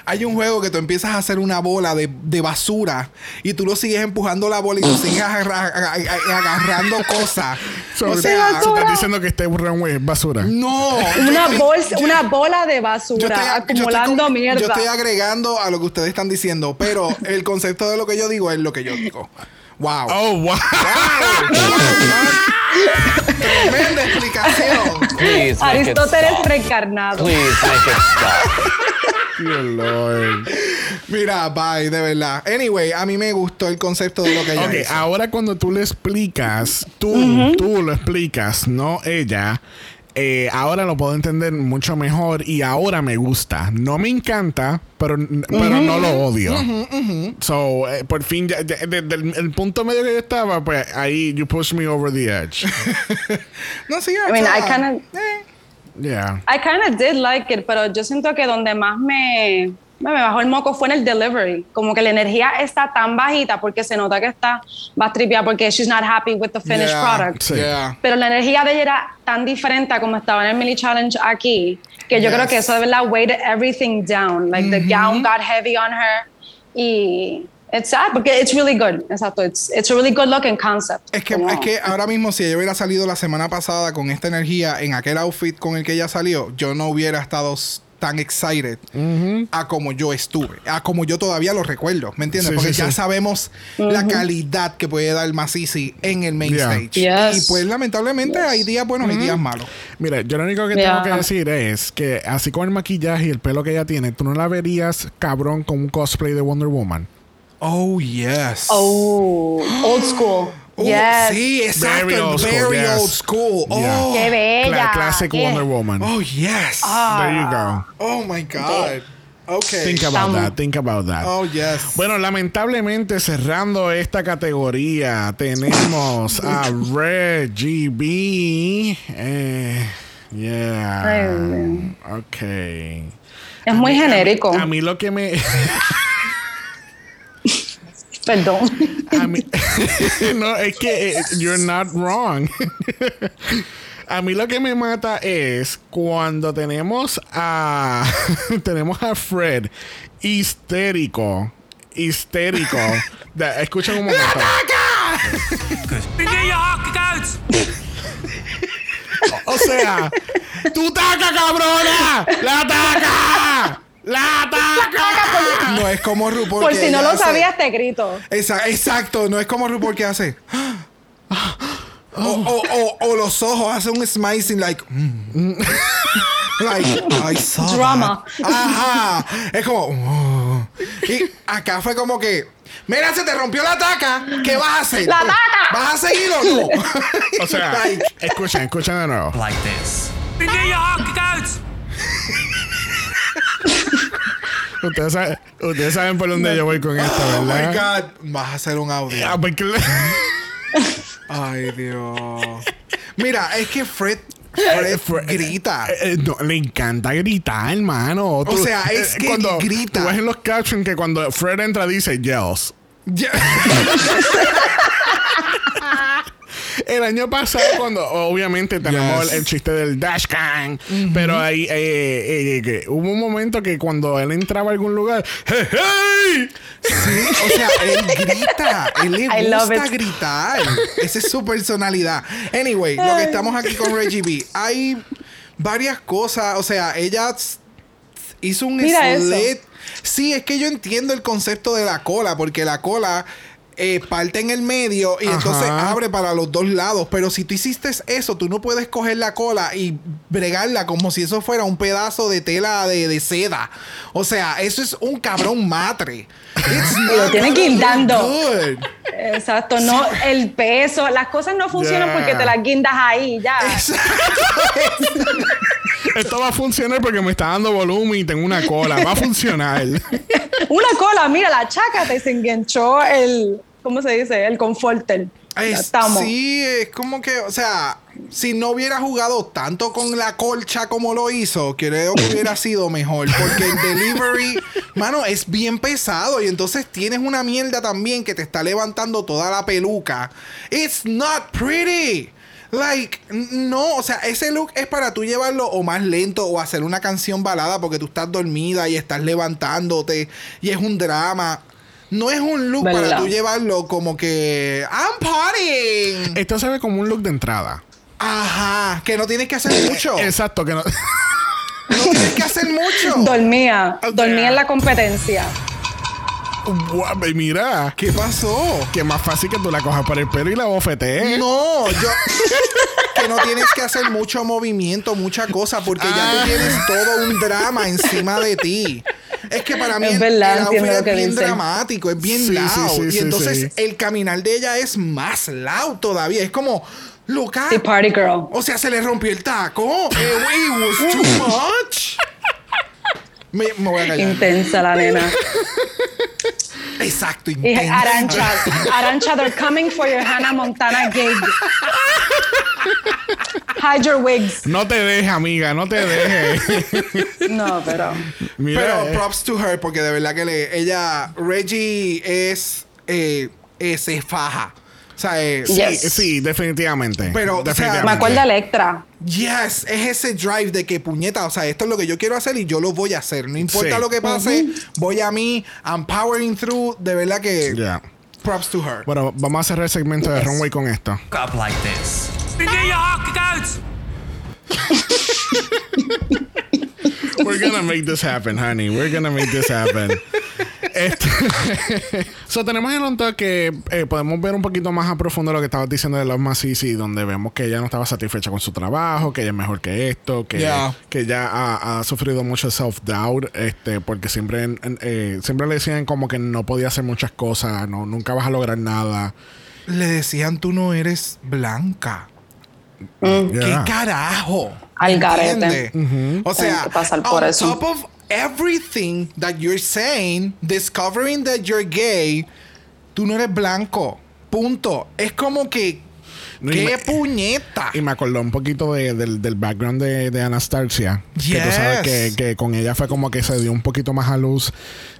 B: Hay un juego que tú empiezas a hacer una bola de, de basura y tú lo sigues empujando la bola y tú sigues agarra- aga- aga- agarrando cosas.
A: So,
B: o
A: tú-
B: sea,
A: tú estás diciendo que este runway es basura.
B: no.
C: Una
B: yo-
C: bolsa,
B: yo-
C: una bola de
B: yo
C: basura
B: estoy- yo estoy
C: acumulando
B: con-
C: mierda.
B: Yo estoy agregando a lo que ustedes están diciendo, pero el concepto de lo que yo digo es lo que yo digo. Wow.
A: Oh, wow.
B: Tremenda explicación.
D: Please make it
C: Aristóteles
D: stop.
C: reencarnado.
D: Please make it stop.
A: Dear Lord.
B: Mira, bye, de verdad. Anyway, a mí me gustó el concepto de lo que ella
A: Ok,
B: hizo.
A: ahora cuando tú le explicas, tú, tú lo explicas, no ella. eh, ahora lo puedo entender mucho mejor y ahora me gusta. No me encanta, pero, pero no lo odio. So, eh, por fin, ya- ya- desde el, el punto medio que yo estaba, pues ahí, you push me over the edge.
B: No, sí, Eh.
C: I mean, I kinda-
A: yeah.
C: I kind of did like it, pero yo siento que donde más me, me bajó el moco fue en el delivery. Como que la energía está tan bajita porque se nota que está va a tripear porque she's not happy with the finished
B: Yeah.
C: product.
A: Sí.
B: Yeah.
C: Pero la energía de ella era tan diferente a como estaba en el Mini Challenge aquí, que yo
B: Yes.
C: creo que eso de verdad weighted everything down. Like the
A: Mm-hmm.
C: gown got heavy on her. Y it's sad porque it's really good. Exacto. It's, it's a really good looking concept.
B: Es que,
C: Como-
B: es que ahora mismo, si ella hubiera salido la semana pasada con esta energía en aquel outfit con el que ella salió, yo no hubiera estado s- tan excited a como yo estuve, a como yo todavía lo recuerdo, ¿me entiendes?
A: Sí,
B: Porque
A: sí,
B: ya
A: sí.
B: sabemos la calidad que puede dar Masisi en el main
A: Yeah.
B: stage.
C: Yes.
B: Y pues lamentablemente hay días buenos y días malos.
A: Mira, yo lo único que
C: Yeah.
A: tengo que decir es que así con el maquillaje y el pelo que ella tiene, tú no la verías cabrón con un cosplay de Wonder Woman.
B: Oh, yes.
C: Oh, old school.
B: Oh,
C: yes.
B: Sí, exacto.
A: Very
B: Very
A: old school,
B: old
A: yes.
B: school.
A: Yeah.
B: Oh,
C: Qué Ah. bella.
A: Cla- classic
C: qué-
A: Wonder Woman.
B: oh, yes.
A: There you go.
B: Oh, my God. Okay.
A: Think about
C: Estamos.
A: that. Think about that.
B: Oh, yes.
A: Bueno, lamentablemente cerrando esta categoría tenemos a Reggie B. Eh, yeah.
C: Ay, Dios.
A: Ok.
C: Es muy genérico.
A: A mí lo que me...
C: Perdón.
A: A mí- no, es que eh, you're not wrong. a mí lo que me mata es cuando tenemos a tenemos a Fred histérico, histérico. Da- Escuchen un momento. O sea, tú taca cabrona, la ataca, la ataca.
B: No es como RuPaul.
C: Por
B: que
C: si no
B: ella
C: lo
B: hace-
C: sabías, te grito.
B: Esa- exacto, no es como RuPaul que hace. O, o- o- o los ojos hace un smizing like. mm. like, I saw that.
C: Drama.
B: Ajá. Es como. oh. Y acá fue como que. Mira, se te rompió la taca. ¿Qué vas a hacer?
C: ¡La taca!
B: ¿Vas a seguir o no?
A: O sea,
B: Like,
A: escuchen, escuchen de nuevo.
E: like this.
A: Ustedes saben, ustedes saben por dónde yo voy con esto,
B: oh my
A: ¿verdad?
B: God. Vas a hacer un audio.
A: Ah, porque le-
B: Ay, Dios. Mira, es que Fred, Fred,
A: Eh, Fred-
B: grita.
A: Eh, eh, no, le encanta gritar, hermano. O
B: sea, es que grita.
A: Tú ves en los captions que cuando Fred entra dice yells.
B: Ya-
A: El año pasado, cuando obviamente tenemos
B: Yes.
A: el, el chiste del dashcam, pero ahí eh, eh, eh, que hubo un momento que cuando él entraba a algún lugar, ¡Hey, hey!
B: Sí, o sea, él grita. Él le
C: I love
B: gusta
C: it.
B: gritar. Esa es su personalidad. Anyway, lo que estamos aquí con Reggie B. Hay varias cosas. O sea, ella s- hizo un
C: Mira eso.
B: slit. Sí, es que yo entiendo el concepto de la cola, porque la cola. eh, parte en el medio y entonces
A: Ajá.
B: abre para los dos lados. Pero si tú hiciste eso, tú no puedes coger la cola y bregarla como si eso fuera un pedazo de tela de, de seda. O sea, eso es un cabrón matre. It's
C: Lo tiene que ir dando.
B: Good.
C: Exacto, no, el peso, las cosas no funcionan
A: Yeah.
C: porque te las guindas ahí, ya.
A: Esto va a funcionar porque me está dando volumen y tengo una cola. Va a funcionar.
C: Una cola, mira, la chaca te se enganchó el, ¿cómo se dice? El conforter. Ya
B: Es-
C: estamos.
B: sí, es como que, o sea, si no hubiera jugado tanto con la colcha como lo hizo, creo que hubiera sido mejor. Porque el delivery, mano, es bien pesado. Y entonces tienes una mierda también que te está levantando toda la peluca. It's not pretty. Like, n- no, o sea, ese look es para tú llevarlo o más lento o hacer una canción balada porque tú estás dormida y estás levantándote y es un drama. No es un look para
C: ¿Verdad?
B: tú llevarlo como que I'm partying.
A: Esto se ve como un look de entrada.
B: Ajá, que no tienes que hacer mucho.
A: Exacto, que no.
B: No tienes que hacer mucho.
C: Dormía,
A: Oh,
C: dormía
A: yeah.
B: ah.
C: en la competencia.
A: Guau, Mira,
B: ¿Qué pasó?
A: que más fácil que tú la cojas por el pelo y la bofetees.
B: No, yo que no tienes que hacer mucho movimiento, mucha cosa porque ya
A: Ah.
B: tú tienes todo un drama encima de ti. Es que para mí
C: Es
B: el-
C: verdad,
B: el outfit
C: entiendo lo
B: es
C: que
B: bien
C: dicen.
B: dramático, es bien
A: Sí, sí,
B: loud.
A: sí,
B: y
A: sí,
B: entonces
A: sí.
B: el caminar de ella es más loud todavía. Es como, loca.
C: Sí, party girl.
B: O sea, se le rompió el taco. Eh, wey, was too much. Me, me voy a callar.
C: Intensa la nena.
B: Exacto,
C: Y
B: intenso.
C: Arancha, Arancha, they're coming for your Hannah Montana gig. Hide your wigs.
A: No te dejes, amiga, no te dejes.
C: No, pero.
A: Mira,
B: Pero
A: eh,
B: props to her, porque de verdad que le- ella, Reggie es, eh, eh, se faja. O sea, eh,
C: Yes.
A: sí, sí, definitivamente.
B: Pero, o sea,
A: definitivamente.
C: Me acuerdo de Electra.
B: Yes, es ese drive de que puñeta, o sea, esto es lo que yo quiero hacer y yo lo voy a hacer. No importa
A: Sí.
B: lo que pase, voy a mí, I'm powering through. De verdad que
A: Ya.
B: props to her.
A: Bueno, vamos a cerrar el segmento de Runway con esto.
E: up like this. You get your hawk out.
A: We're gonna make this happen, honey. We're gonna make this happen. Este, so, tenemos el onto que eh, podemos ver un poquito más a profundo lo que estabas diciendo de Love Masisi, donde vemos que ella no estaba satisfecha con su trabajo, que ella es mejor que esto, que,
B: Yeah.
A: que ella ha, ha sufrido mucho self-doubt, este, porque siempre, en- en- eh, siempre le decían como que no podía hacer muchas cosas, no, nunca vas a lograr nada.
B: Le decían, tú no eres blanca.
A: Yeah.
B: ¿Qué carajo?
C: Al garete.
B: ¿Entiende? O sea,
C: é, né? que pasar por
B: on
C: eso.
B: top of everything that you're saying, discovering that you're gay, tú no eres blanco. Punto. Es como que,
A: No, y
B: qué
A: me-
B: puñeta.
A: Y me acordó un poquito de- del, del background de, de Anastasia. Que tú sabes que,
B: Yes.
A: que con ella fue como que se dio un poquito más a luz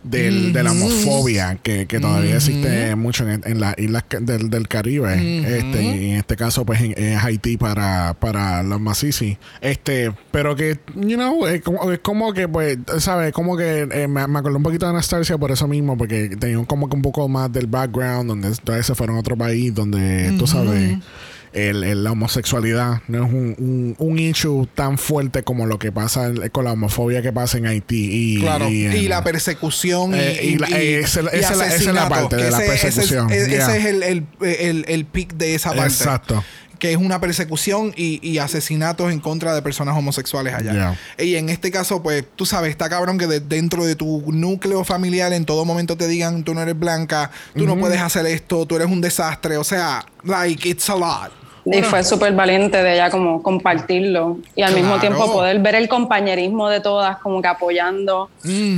A: del- de la homofobia que, que todavía existe mucho en, en las islas ca- del, del Caribe. este, y en este caso, pues en, en Haití para, para los Masisi. Este, pero que, you know, es como, es como que, pues, ¿sabes? Como que eh, me, me acordó un poquito de Anastasia por eso mismo, porque tenía un- como que un poco más del background, donde ustedes se fueron a otro país, donde tú sabes el, el- la homosexualidad no es un, un, un issue tan fuerte como lo que pasa en- con la homofobia que pasa en Haití y,
B: Claro, y,
A: en-
B: la persecución y-
A: Eh, y
B: y,
A: la-
B: y-
A: eh, esa-
B: y
A: esa es la- esa es la
B: asesinato,
A: parte de
B: que
A: la
B: ese- ese es-
A: persecución,
B: e- Ese,
A: yeah.
B: es el, el, el, el pic de esa parte.
A: Exacto.
B: Que es una persecución y, y asesinatos en contra de personas homosexuales allá. Y en este caso, pues, tú sabes, está cabrón que de- dentro de tu núcleo familiar en todo momento te digan, tú no eres blanca, tú no puedes hacer esto, tú eres un desastre. O sea, like, it's a lot.
C: Y fue súper valiente de ella como compartirlo y al mismo
B: Claro.
C: tiempo poder ver el compañerismo de todas como que apoyando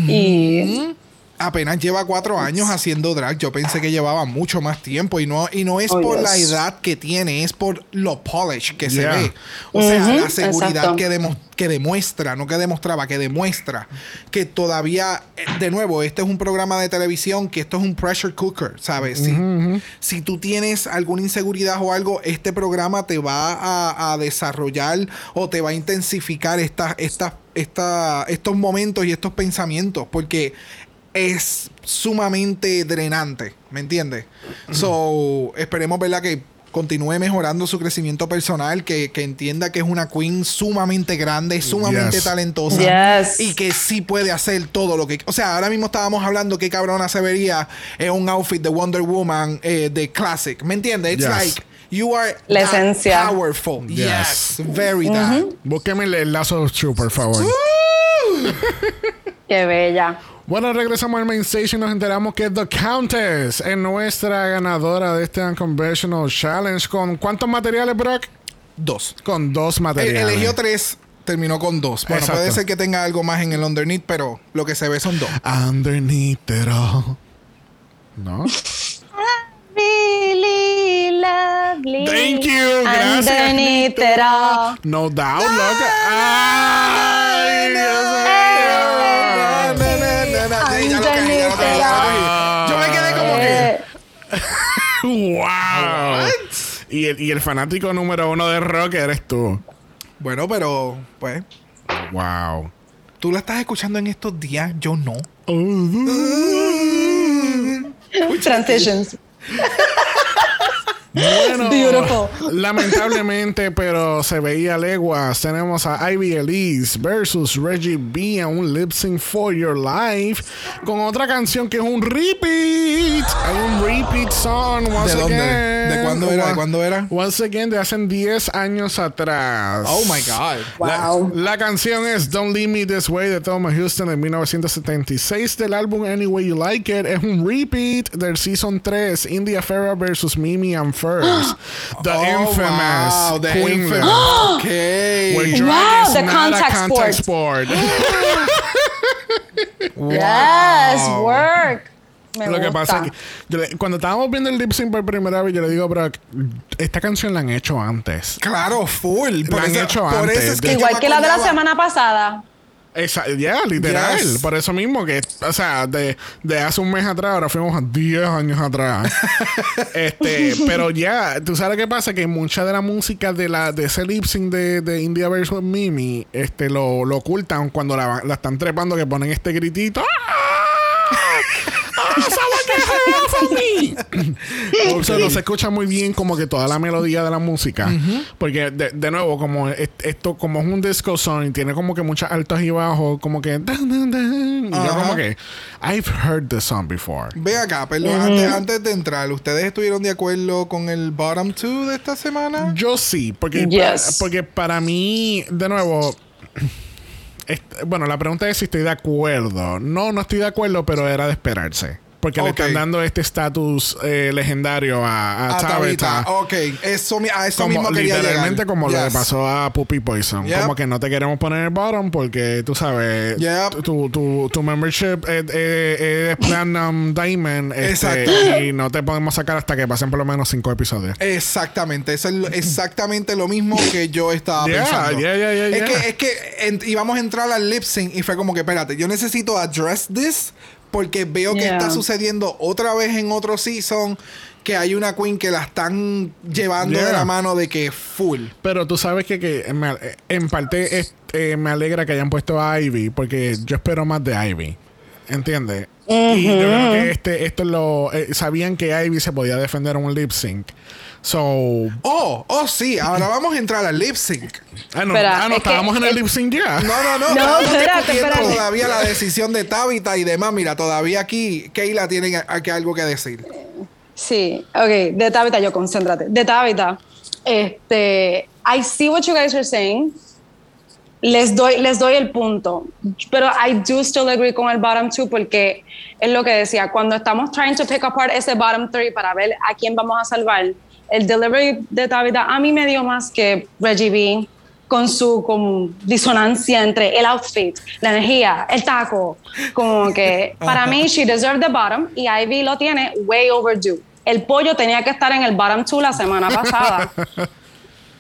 C: y
B: apenas lleva cuatro años haciendo drag. Yo pensé que llevaba mucho más tiempo y no, y no es
C: Oh,
B: por la
C: yes.
B: edad que tiene, es por lo polish que
A: Yeah.
B: se ve. O sea,
C: Ujú,
B: la seguridad
C: exacto.
B: que, demo- que demuestra, no que demostraba, que demuestra que todavía, eh, de nuevo, este es un programa de televisión, que esto es un pressure cooker, ¿sabes? Si, si tú tienes alguna inseguridad o algo, este programa te va a, a desarrollar o te va a intensificar estas estas esta, estos momentos y estos pensamientos, porque es sumamente drenante, ¿me entiendes? So, esperemos, ¿verdad? Que continúe mejorando su crecimiento personal, que, que entienda que es una queen sumamente grande, sumamente
A: Yes.
B: talentosa
C: Yes.
B: y que sí puede hacer todo lo que... O sea, ahora mismo estábamos hablando que cabrona se vería en un outfit de Wonder Woman eh, de Classic, ¿me entiendes? It's
A: Yes.
B: like, you are
C: La
B: that
C: esencia.
B: powerful. Yes.
A: Yes.
B: very that.
A: Búsqueme el, el lazo of True, por favor.
C: qué bella.
A: Bueno, regresamos al main stage y nos enteramos que The Countess es nuestra ganadora de este Unconventional Challenge. ¿Con cuántos materiales, Brock?
B: Dos.
A: Con dos
B: Él
A: materiales.
B: eligió tres, terminó con dos.
A: eh.
B: Bueno,
A: Exacto.
B: puede ser que tenga algo más en el underneath, pero lo que se ve son dos.
A: Underneath it all. ¿No?
C: Really lovely.
A: Thank you, gracias.
C: Underneath it all.
A: No doubt, loca. ¡Ay, Dios mío!
B: Na, na, na, na. Sí, ya lo cogí, ya lo cogí, ya lo cogí. Yo me quedé como que.
C: Eh,
A: ¡Wow!
B: Ah.
A: Y el, y el fanático número uno de rock eres tú.
B: Bueno, pero pues,
A: ¡Wow!
B: tú la estás escuchando en estos días, yo no.
C: Transitions.
A: Bueno,
C: Beautiful.
A: lamentablemente, pero se veía leguas. Tenemos a Ivy Elise versus Reggie B a un lip sync for your life con otra canción que es un repeat. Hay un repeat song once
B: ¿De dónde?
A: again.
B: ¿De cuándo era? ¿De
A: Wa-
B: cuándo era?
A: Once again de hace 10 años atrás.
B: Oh my God.
C: Wow.
A: La canción es Don't Leave Me This Way de Thomas Houston en 1976 del álbum Any Way You Like It. Es un repeat del Season 3, India Ferra versus Mimi and First. The
B: Oh,
A: Infamous.
B: wow, the
A: Queen.
B: infamous.
A: Where
B: Okay.
A: drag
C: Wow,
A: is
C: the
A: not a
C: contact
A: contact sport.
C: Yes, work. Me
A: Lo que pasa
C: gusta.
A: es que yo le- cuando estábamos viendo el lip sync por primera vez, yo le digo, pero esta canción la han hecho antes.
B: Claro, full.
A: Lo han hecho antes.
B: yo
C: Igual
B: me
C: que la de la
B: acordaba.
C: semana pasada.
A: Esa, ya, literal.
B: Yes.
A: Por eso mismo que, o sea, de, de hace un mes atrás, ahora fuimos a 10 años atrás. este, pero ya, tú sabes qué pasa, que mucha de la música de la de ese lip sync de, de India vs. Mimi, este, lo, lo ocultan cuando la, van- la están trepando, que ponen este gritito. ¡ah! O sea, no se escucha muy bien como que toda la melodía de la música. Porque, de, de nuevo, como es- esto como es un disco song, tiene como que muchas altos y bajos, como que... tan, tan, tan. Y yo
B: Ajá.
A: como que... I've heard this song before.
B: Ve acá, perdón, antes, antes de entrar, ¿ustedes estuvieron de acuerdo con el bottom two de esta semana?
A: Yo sí, porque,
C: Yes.
A: pa- porque para mí, de nuevo, est- bueno, la pregunta es si estoy de acuerdo. No, no estoy de acuerdo, pero era de esperarse. Porque
B: Ok.
A: le están dando este estatus eh, legendario a, a
B: A
A: Tabitha.
B: Ah, Tabitha. Ok, eso, mi- a eso
A: Como-
B: mismo quería
A: literalmente
B: llegar.
A: como lo que
B: Yes.
A: pasó a Puppy Poison.
B: Yep.
A: Como que no te queremos poner en el bottom porque tú sabes,
B: Yep.
A: tu, tu, tu membership es, es- es Platinum Diamond este,
B: Exacto.
A: y no te podemos sacar hasta que pasen por lo menos cinco episodios.
B: Exactamente, eso es lo- exactamente lo mismo que yo estaba
A: Yeah,
B: pensando.
A: yeah, yeah, yeah,
B: es,
A: yeah.
B: Que, es que en- íbamos a entrar al lip sync y fue como que, espérate, yo necesito address this porque veo que
C: Yeah.
B: está sucediendo otra vez en otro season que hay una queen que la están llevando de
A: Yeah.
B: la mano de que full.
A: Pero tú sabes que, que me ale- en parte es- eh, me alegra que hayan puesto a Ivy porque yo espero más de Ivy. ¿Entiendes? Y yo creo que este, esto lo eh, sabían que Ivy se podía defender en un lip sync. So,
B: Oh, oh sí, ahora vamos a entrar al lip sync.
A: ah, no,
C: Espera,
A: ah, no,
C: es que-
A: estábamos en el
C: es-
A: lip sync ya.
B: No, no, no.
C: No,
B: estamos
C: espérate,
B: discutiendo
C: espérate.
B: Todavía la decisión de Tabitha y demás. Mira, todavía aquí Keila tiene a- que- algo que decir.
C: Sí, ok, de Tabitha, yo concéntrate. De Tabitha, este, I see what you guys are saying. Les doy, les doy el punto, pero I do still agree con el bottom two porque es lo que decía, cuando estamos trying to pick apart ese bottom three para ver a quién vamos a salvar, el delivery de Tabitha a mí me dio más que Reggie B con su con disonancia entre el outfit, la energía, el taco, como que para mí she deserved the bottom y Ivy lo tiene way overdue. El pollo tenía que estar en el bottom two la semana pasada.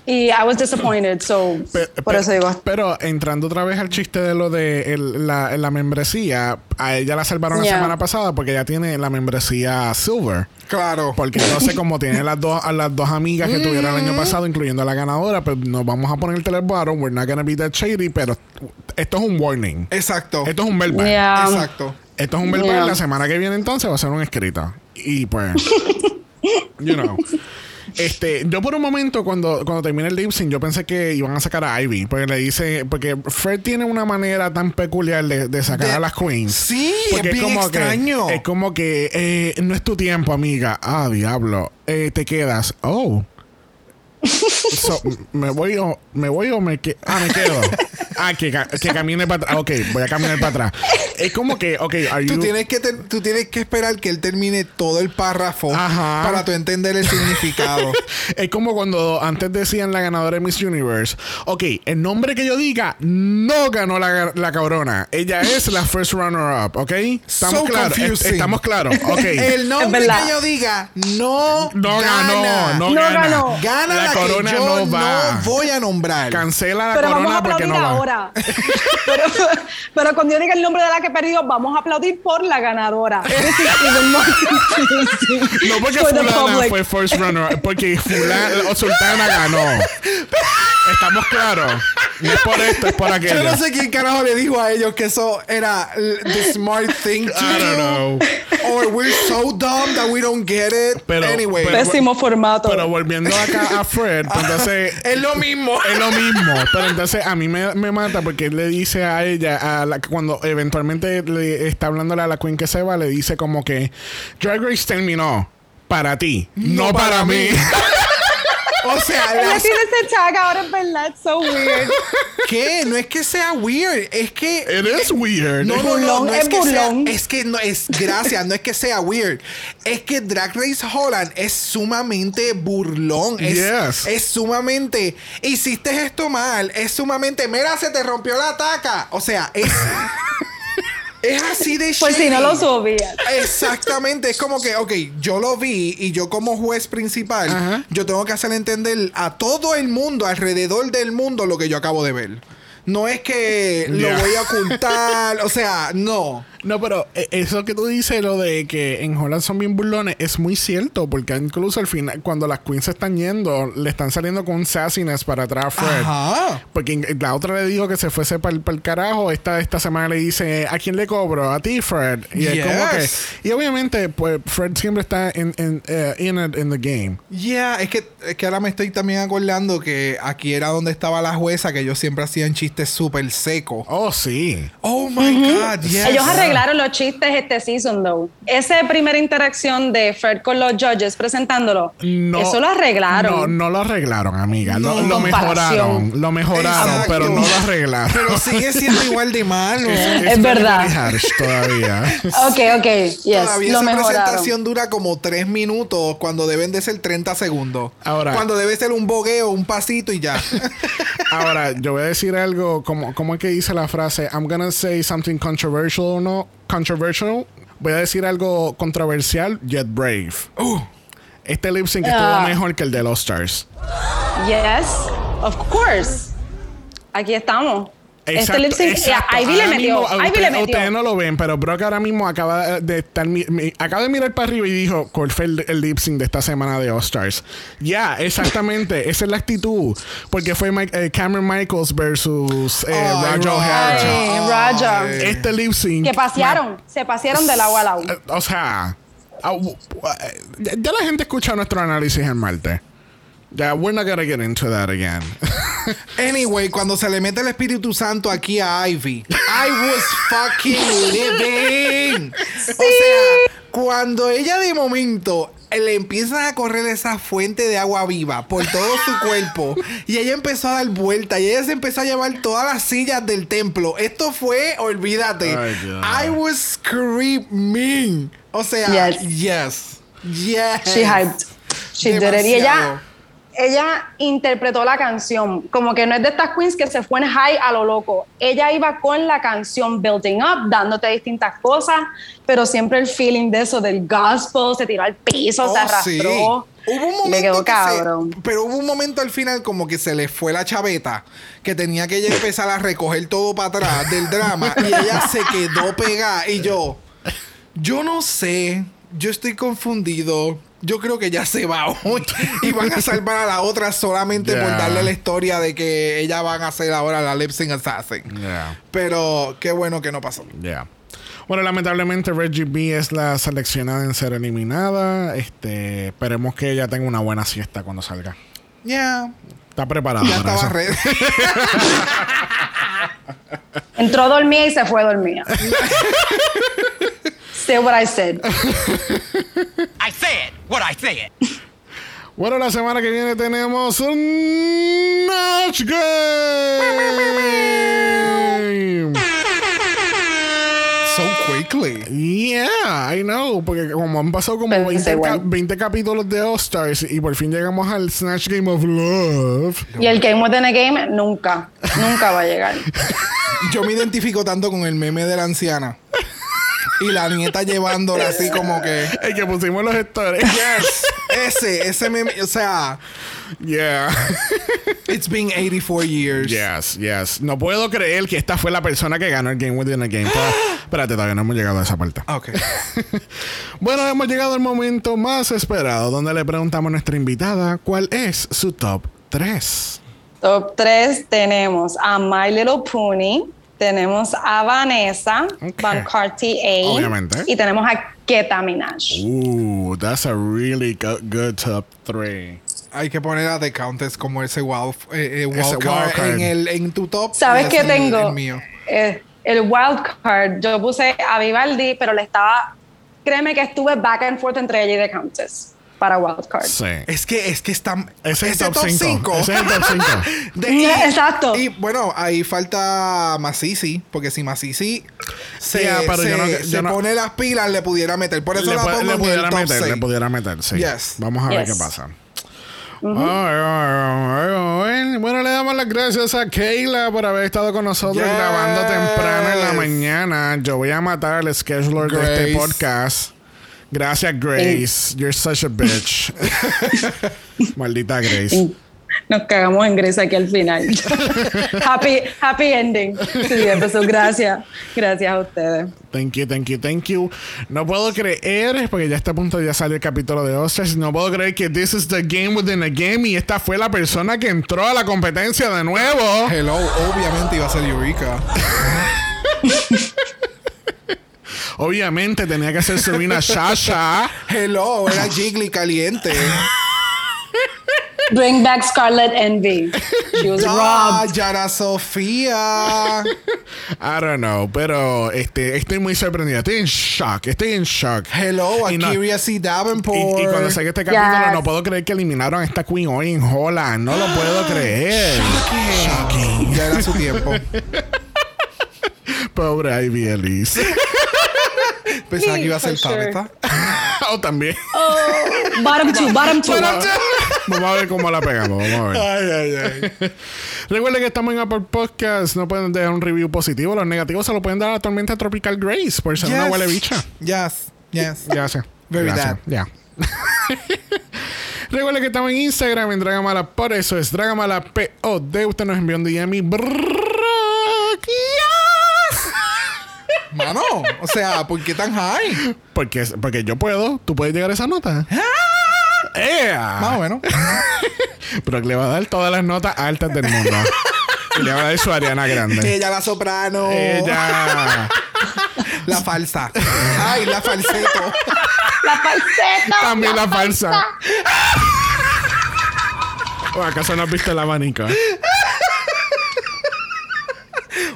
C: Y I was disappointed, so
A: Pe-
C: por
A: pe-
C: eso digo.
A: Pero entrando otra vez al chiste de lo de el- la, la membresía, a ella la salvaron
C: Yeah.
A: la semana pasada porque ella tiene la membresía Silver.
B: Claro.
A: Porque entonces, como tiene las dos, a las dos amigas que tuvieron el
C: Mm.
A: año pasado, incluyendo a la ganadora, pues nos vamos a poner el teléfono. We're not gonna be that shady, pero esto es un warning.
B: Exacto.
A: Esto es un verbal.
C: Yeah.
B: Exacto.
A: Esto es un verbal.
C: Yeah.
A: La semana que viene entonces va a ser un escrito. Y pues, you know. Este, yo por un momento cuando, cuando terminé el lip sync, yo pensé que iban a sacar a Ivy. Porque le dice, porque Fred tiene una manera tan peculiar de, de sacar
B: De-
A: a las queens.
B: Sí, es bien extraño.
A: Que, es como que eh, no es tu tiempo, amiga. Ah, diablo. Eh, te quedas. Oh. So, me voy o me voy o me, que- ah, me quedo. Ah, que, ca- que camine para atrás. Ok, voy a caminar para atrás. Es como que, ok, are
B: Tú
A: you-
B: tienes, que te- tú tienes que esperar que él termine todo el párrafo
A: Ajá.
B: para tú entender el significado.
A: es como cuando antes decían la ganadora de Miss Universe. Ok, el nombre que yo diga no ganó la, la cabrona. Ella es la first runner up, ¿ok? Estamos
B: So
A: claros. est-
B: confusing.
A: Estamos claros, ok.
B: el nombre
C: verdad.
B: que yo diga no,
A: no
B: gana.
A: ganó, no,
C: No
A: gana.
C: ganó.
B: Gana
A: La
B: la,
A: corona
B: que yo
A: no va.
B: no voy a nombrar.
A: Cancela la
C: Pero vamos a
A: corona porque
C: aplaudir
A: no va.
C: ahora. pero, pero cuando yo diga el nombre de la que perdió, vamos a aplaudir por la ganadora. This is even more confusing
A: No porque
C: for the
A: fulana
C: public.
A: fue first runner, porque fulana o sultana ganó. Estamos claros. No es por esto, es por aquello.
B: Yo no sé quién carajo le dijo a ellos que eso era l- the smart thing to
A: I don't
B: do.
A: know.
B: or Oh, we're so dumb that we don't get it.
A: Pero-
B: anyway,
A: pero-
C: Pésimo formato.
A: Pero volviendo acá a Fred, pues entonces
B: es lo mismo.
A: es lo mismo. Pero entonces a mí me, me mata porque él le dice a ella, a la, cuando eventualmente le está hablándole a la Queen que se va, le dice como que Drag Race terminó para ti, no, para, mí.
B: o sea,
C: Ella
B: las-
C: tiene ese tag ahora, es verdad, it's so weird.
B: ¿qué? No es que sea weird, es que
A: It is weird.
B: no, no, no,
C: Burlón,
B: no es
C: es
B: que sea,
C: burlón.
B: es que no es gracias, no es que sea weird, es que Drag Race Holland es sumamente burlón, es,
A: Yes.
B: es sumamente hiciste esto mal, es sumamente mira se te rompió la taca, o sea es es así de
C: Pues si no lo
B: shitty.
C: subía.
B: Exactamente, es como que, ok, yo lo vi y yo como juez principal,
A: Ajá.
B: yo tengo que hacer entender a todo el mundo, alrededor del mundo, lo que yo acabo de ver. No es que
A: Ya.
B: lo voy a ocultar, o sea, no.
A: No, pero eh, eso que tú dices, lo de que en Holland son bien burlones, es muy cierto, porque incluso al final, cuando las queens se están yendo, le están saliendo con sassiness para atrás a Fred.
B: Ajá.
A: Porque in- la otra le dijo que se fuese para el carajo. Esta, esta semana le dice, ¿a quién le cobro? A ti, Fred. Y es como
B: Yes.
A: que... Y obviamente, pues, Fred siempre está en en eh, in, it in the game.
B: Yeah, es que, es que ahora me estoy también acordando que aquí era donde estaba la jueza, que ellos siempre hacían chistes súper secos.
A: Oh, sí.
B: Oh my God,
A: Ah,
B: yes.
C: Ellos arreglaron los chistes este season, though. Esa primera interacción de Fred con los judges presentándolo,
A: No,
C: eso lo
A: No,
C: arreglaron.
A: no lo arreglaron, amiga. Lo,
B: No.
A: lo mejoraron. Lo mejoraron,
B: Exacto.
A: pero no lo arreglaron.
B: Pero sigue siendo igual de malo.
C: Es
A: very,
C: verdad.
A: very harsh todavía.
C: Ok, ok, yes,
B: Todavía
C: lo
B: esa
C: mejoraron.
B: presentación dura como tres minutos cuando deben de ser 30 segundos.
A: Ahora-
B: Cuando debe ser un bogueo, un pasito y ya.
A: Ahora, yo voy a decir algo, como, ¿cómo es que dice la frase? I'm gonna say something controversial o no. Controversial. Voy a decir algo controversial, yet brave. Este lip sync
C: Ah.
A: estuvo mejor que el de Los Stars.
C: Yes, of course. Aquí estamos. este
A: Exacto,
C: lip sync,
A: exacto.
C: Ivy le
A: Ahora mismo,
C: metió, Ivy le
A: usted- Ustedes
C: metió.
A: no lo ven, pero Brock ahora mismo acaba de estar mi- mi- acaba de mirar para arriba y dijo, ¿cuál fue el, el lip sync de esta semana de All Stars? Ya, exactamente. esa es la actitud. Porque fue Mike- eh, Cameron Michaels versus eh,
B: Ay,
A: Raja
B: Raja.
A: O'Hara.
C: Ay, Raja.
B: Ay.
A: Este lip sync.
C: Oh, Que pasearon, se pasearon del agua al agua.
A: Eh, O sea, au- eh, ya ya la gente escucha nuestro análisis en Marte. Ya, we're not gonna get into that again.
B: anyway, cuando se le mete el Espíritu Santo aquí a Ivy, I was fucking living. O sea, cuando ella de momento le empiezan a correr esa fuente de agua viva por todo su cuerpo y ella empezó a dar vuelta y ella se empezó a llevar todas las sillas del templo. Esto fue, olvídate.
A: Ay, Dios.
B: I was screaming. O sea, yes.
C: Yes.
B: Yes. yes.
C: She hyped. She did it. Y
B: Demasiado.
C: ella, ella interpretó la canción. Como que no es de estas queens que se fue en high a lo loco. Ella iba con la canción building up, dándote distintas cosas, pero siempre el feeling de eso del gospel, se tiró al piso, se
B: Oh, sí.
C: arrastró.
B: Hubo un
C: Le
B: momento
C: quedó
B: que
C: cabrón.
B: se- pero hubo un momento al final como que se le fue la chaveta, que tenía que ella empezar a recoger todo para atrás del drama y ella se quedó pegada y yo yo no sé, yo estoy confundido. Yo creo que ya se va hoy y van a salvar a la otra solamente por
A: Ya.
B: darle la historia de que ella van a hacer ahora la lip sync assassin.
A: Yeah,
B: Pero qué bueno que no pasó.
A: yeah. Bueno, lamentablemente Reggie B es la seleccionada en ser eliminada. Este, esperemos que ella tenga una buena siesta cuando salga.
B: Yeah.
A: Está preparada
B: Ya
A: para
B: estaba
A: eso.
B: red.
C: Entró dormida y se fue dormida. Say what I said.
E: I said what I said.
A: Bueno, la semana que viene tenemos un Notch Game.
B: so quickly.
A: Yeah, I know. Porque como han pasado como 20,
C: Pensé igual.
A: cap- 20 capítulos de All Stars y por fin llegamos al Snatch Game of Love.
C: Y el Game Within a Game nunca, nunca va a llegar.
B: Yo me identifico tanto con el meme de la anciana. Y la nieta llevándola así como que.
A: El que pusimos los gestores.
B: Yes. Ese, ese meme. O sea,
A: Yeah.
B: it's been 84 years.
A: Yes, yes. No puedo creer que esta fue la persona que ganó el Game Within a Game. Pero- Espérate, todavía no hemos llegado a esa parte.
B: Ok.
A: Bueno, hemos llegado al momento más esperado donde le preguntamos a nuestra invitada cuál es su top 3.
C: Top 3 tenemos a My Little Pony, tenemos a Vanessa
A: Ok.
C: Van Cartier
A: Obviamente. Uh,
C: y tenemos a Keta Minaj.
A: Ooh, that's a really go- good top three.
B: Hay que poner a The Countess como ese wow eh, eh,
A: Ese
B: wildcard
A: wildcard.
B: en, el, en tu top.
C: ¿Sabes
B: y
C: qué
B: así
C: tengo?
B: El mío.
C: Eh, el wildcard. Yo puse a Vivaldi, pero le estaba. Créeme que estuve back and forth entre ella y The Countess para wildcard.
A: Sí.
B: Es que, es que están.
A: Ese es
B: ese
A: el top 5. Ese es el top 5.
B: De-
C: Mm, exacto.
B: Y bueno, ahí falta Masisi, porque si Masisi se,
A: Yeah, pero
B: se-
A: yo no- yo
B: se
A: no-
B: pone las pilas, le pudiera meter. Por eso
A: le,
B: la
A: pu-
B: pongo
A: le
B: en el
A: pudiera
B: top
A: meter,
B: seis.
A: le pudiera meter, sí.
B: Yes.
A: Vamos a ver
C: Yes.
A: qué pasa. Ay, ay, ay, ay. Bueno, le damos las gracias a Kayla por haber estado con nosotros
B: Yes.
A: grabando temprano en la mañana. Yo voy a matar al scheduler de
B: Grace.
A: este podcast. Gracias, Grace. You're such a bitch. Maldita Grace.
C: Nos cagamos en Grecia aquí al final. happy, happy ending. Sí, empezó. Gracias. Gracias a ustedes.
A: Thank you, thank you, thank you. No puedo creer, porque ya está a este punto de ya salir el capítulo de Ostras, no puedo creer que this is the game within a game y esta fue la persona que entró a la competencia de nuevo.
B: Hello, obviamente iba a ser Eureka.
A: Obviamente tenía que ser Serena Shasha.
B: Hello, era Jiggly caliente.
C: Bring back Scarlet Envy. She was
B: Ah,
C: robbed.
B: Yara Sofía.
A: I don't know, pero este, estoy muy sorprendida. Estoy en shock, estoy en shock.
B: Hello,
A: Y
B: a
A: no-
B: Curious y Davenport.
A: Y, y cuando salga este capítulo,
C: Yes.
A: no puedo creer que eliminaron a esta Queen hoy en Holland. No lo puedo creer.
B: Ya era su tiempo.
A: Pobre Ivy Elise.
B: Pensaba que iba a ser
C: For sure.
B: Tabitha.
A: o Oh, también.
C: Bottom two, bottom two.
A: Vamos a ver cómo la pegamos. Vamos a ver.
B: Ay, ay, ay.
A: Recuerden que estamos en Apple Podcast. No pueden dejar un review positivo. Los negativos se lo pueden dar a la tormenta Tropical Grace por ser una
B: Yes.
A: huele bicha.
B: Yes, yes.
A: Gracias.
B: Very
A: Gracias.
B: bad.
A: Ya. Recuerden que estamos en Instagram en Dragamala. Por eso es Dragamala POD. Usted nos envió un DM y. Brock, yes.
B: Mano, o sea, ¿por qué tan high?
A: Porque, porque yo puedo. Tú puedes llegar a esa nota.
B: Ah.
A: ¡Ea!
B: Más o menos.
A: Brock le va a dar todas las notas altas del mundo. y le va a dar su Ariana Grande.
B: Ella la soprano.
A: Ella.
B: La falsa. Ay, la falseto.
C: La falseta.
A: También la falsa. ¿O acaso no has visto el abanico? eh?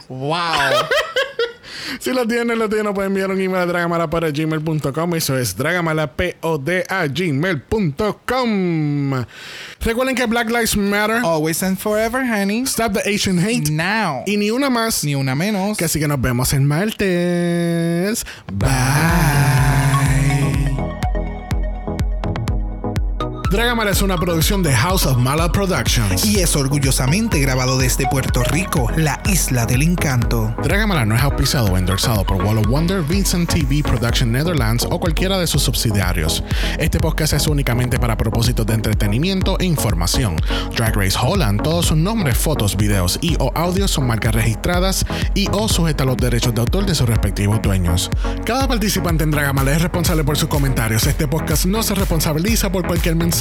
B: Wow.
A: Si lo tienen, lo tienen, pueden enviar un email a dragamala para gmail.com. Eso es dragamalapod a gmail.com. Recuerden que Black Lives Matter,
B: Always and forever, honey.
A: Stop the Asian Hate
B: Now.
A: y ni una más.
B: Ni una menos.
A: Que así que nos vemos en martes. Bye. Dragamala es una producción de House of Mala Productions.
B: Y es orgullosamente grabado desde Puerto Rico, la isla del encanto.
A: Dragamala no es auspiciado o endorsado por Wall of Wonder, Vincent TV, Production Netherlands o cualquiera de sus subsidiarios. Este podcast es únicamente para propósitos de entretenimiento e información. Drag Race Holland, todos sus nombres, fotos, videos y o audios son marcas registradas y o sujetas a los derechos de autor de sus respectivos dueños. Cada participante en Dragamala es responsable por sus comentarios. Este podcast no se responsabiliza por cualquier mensaje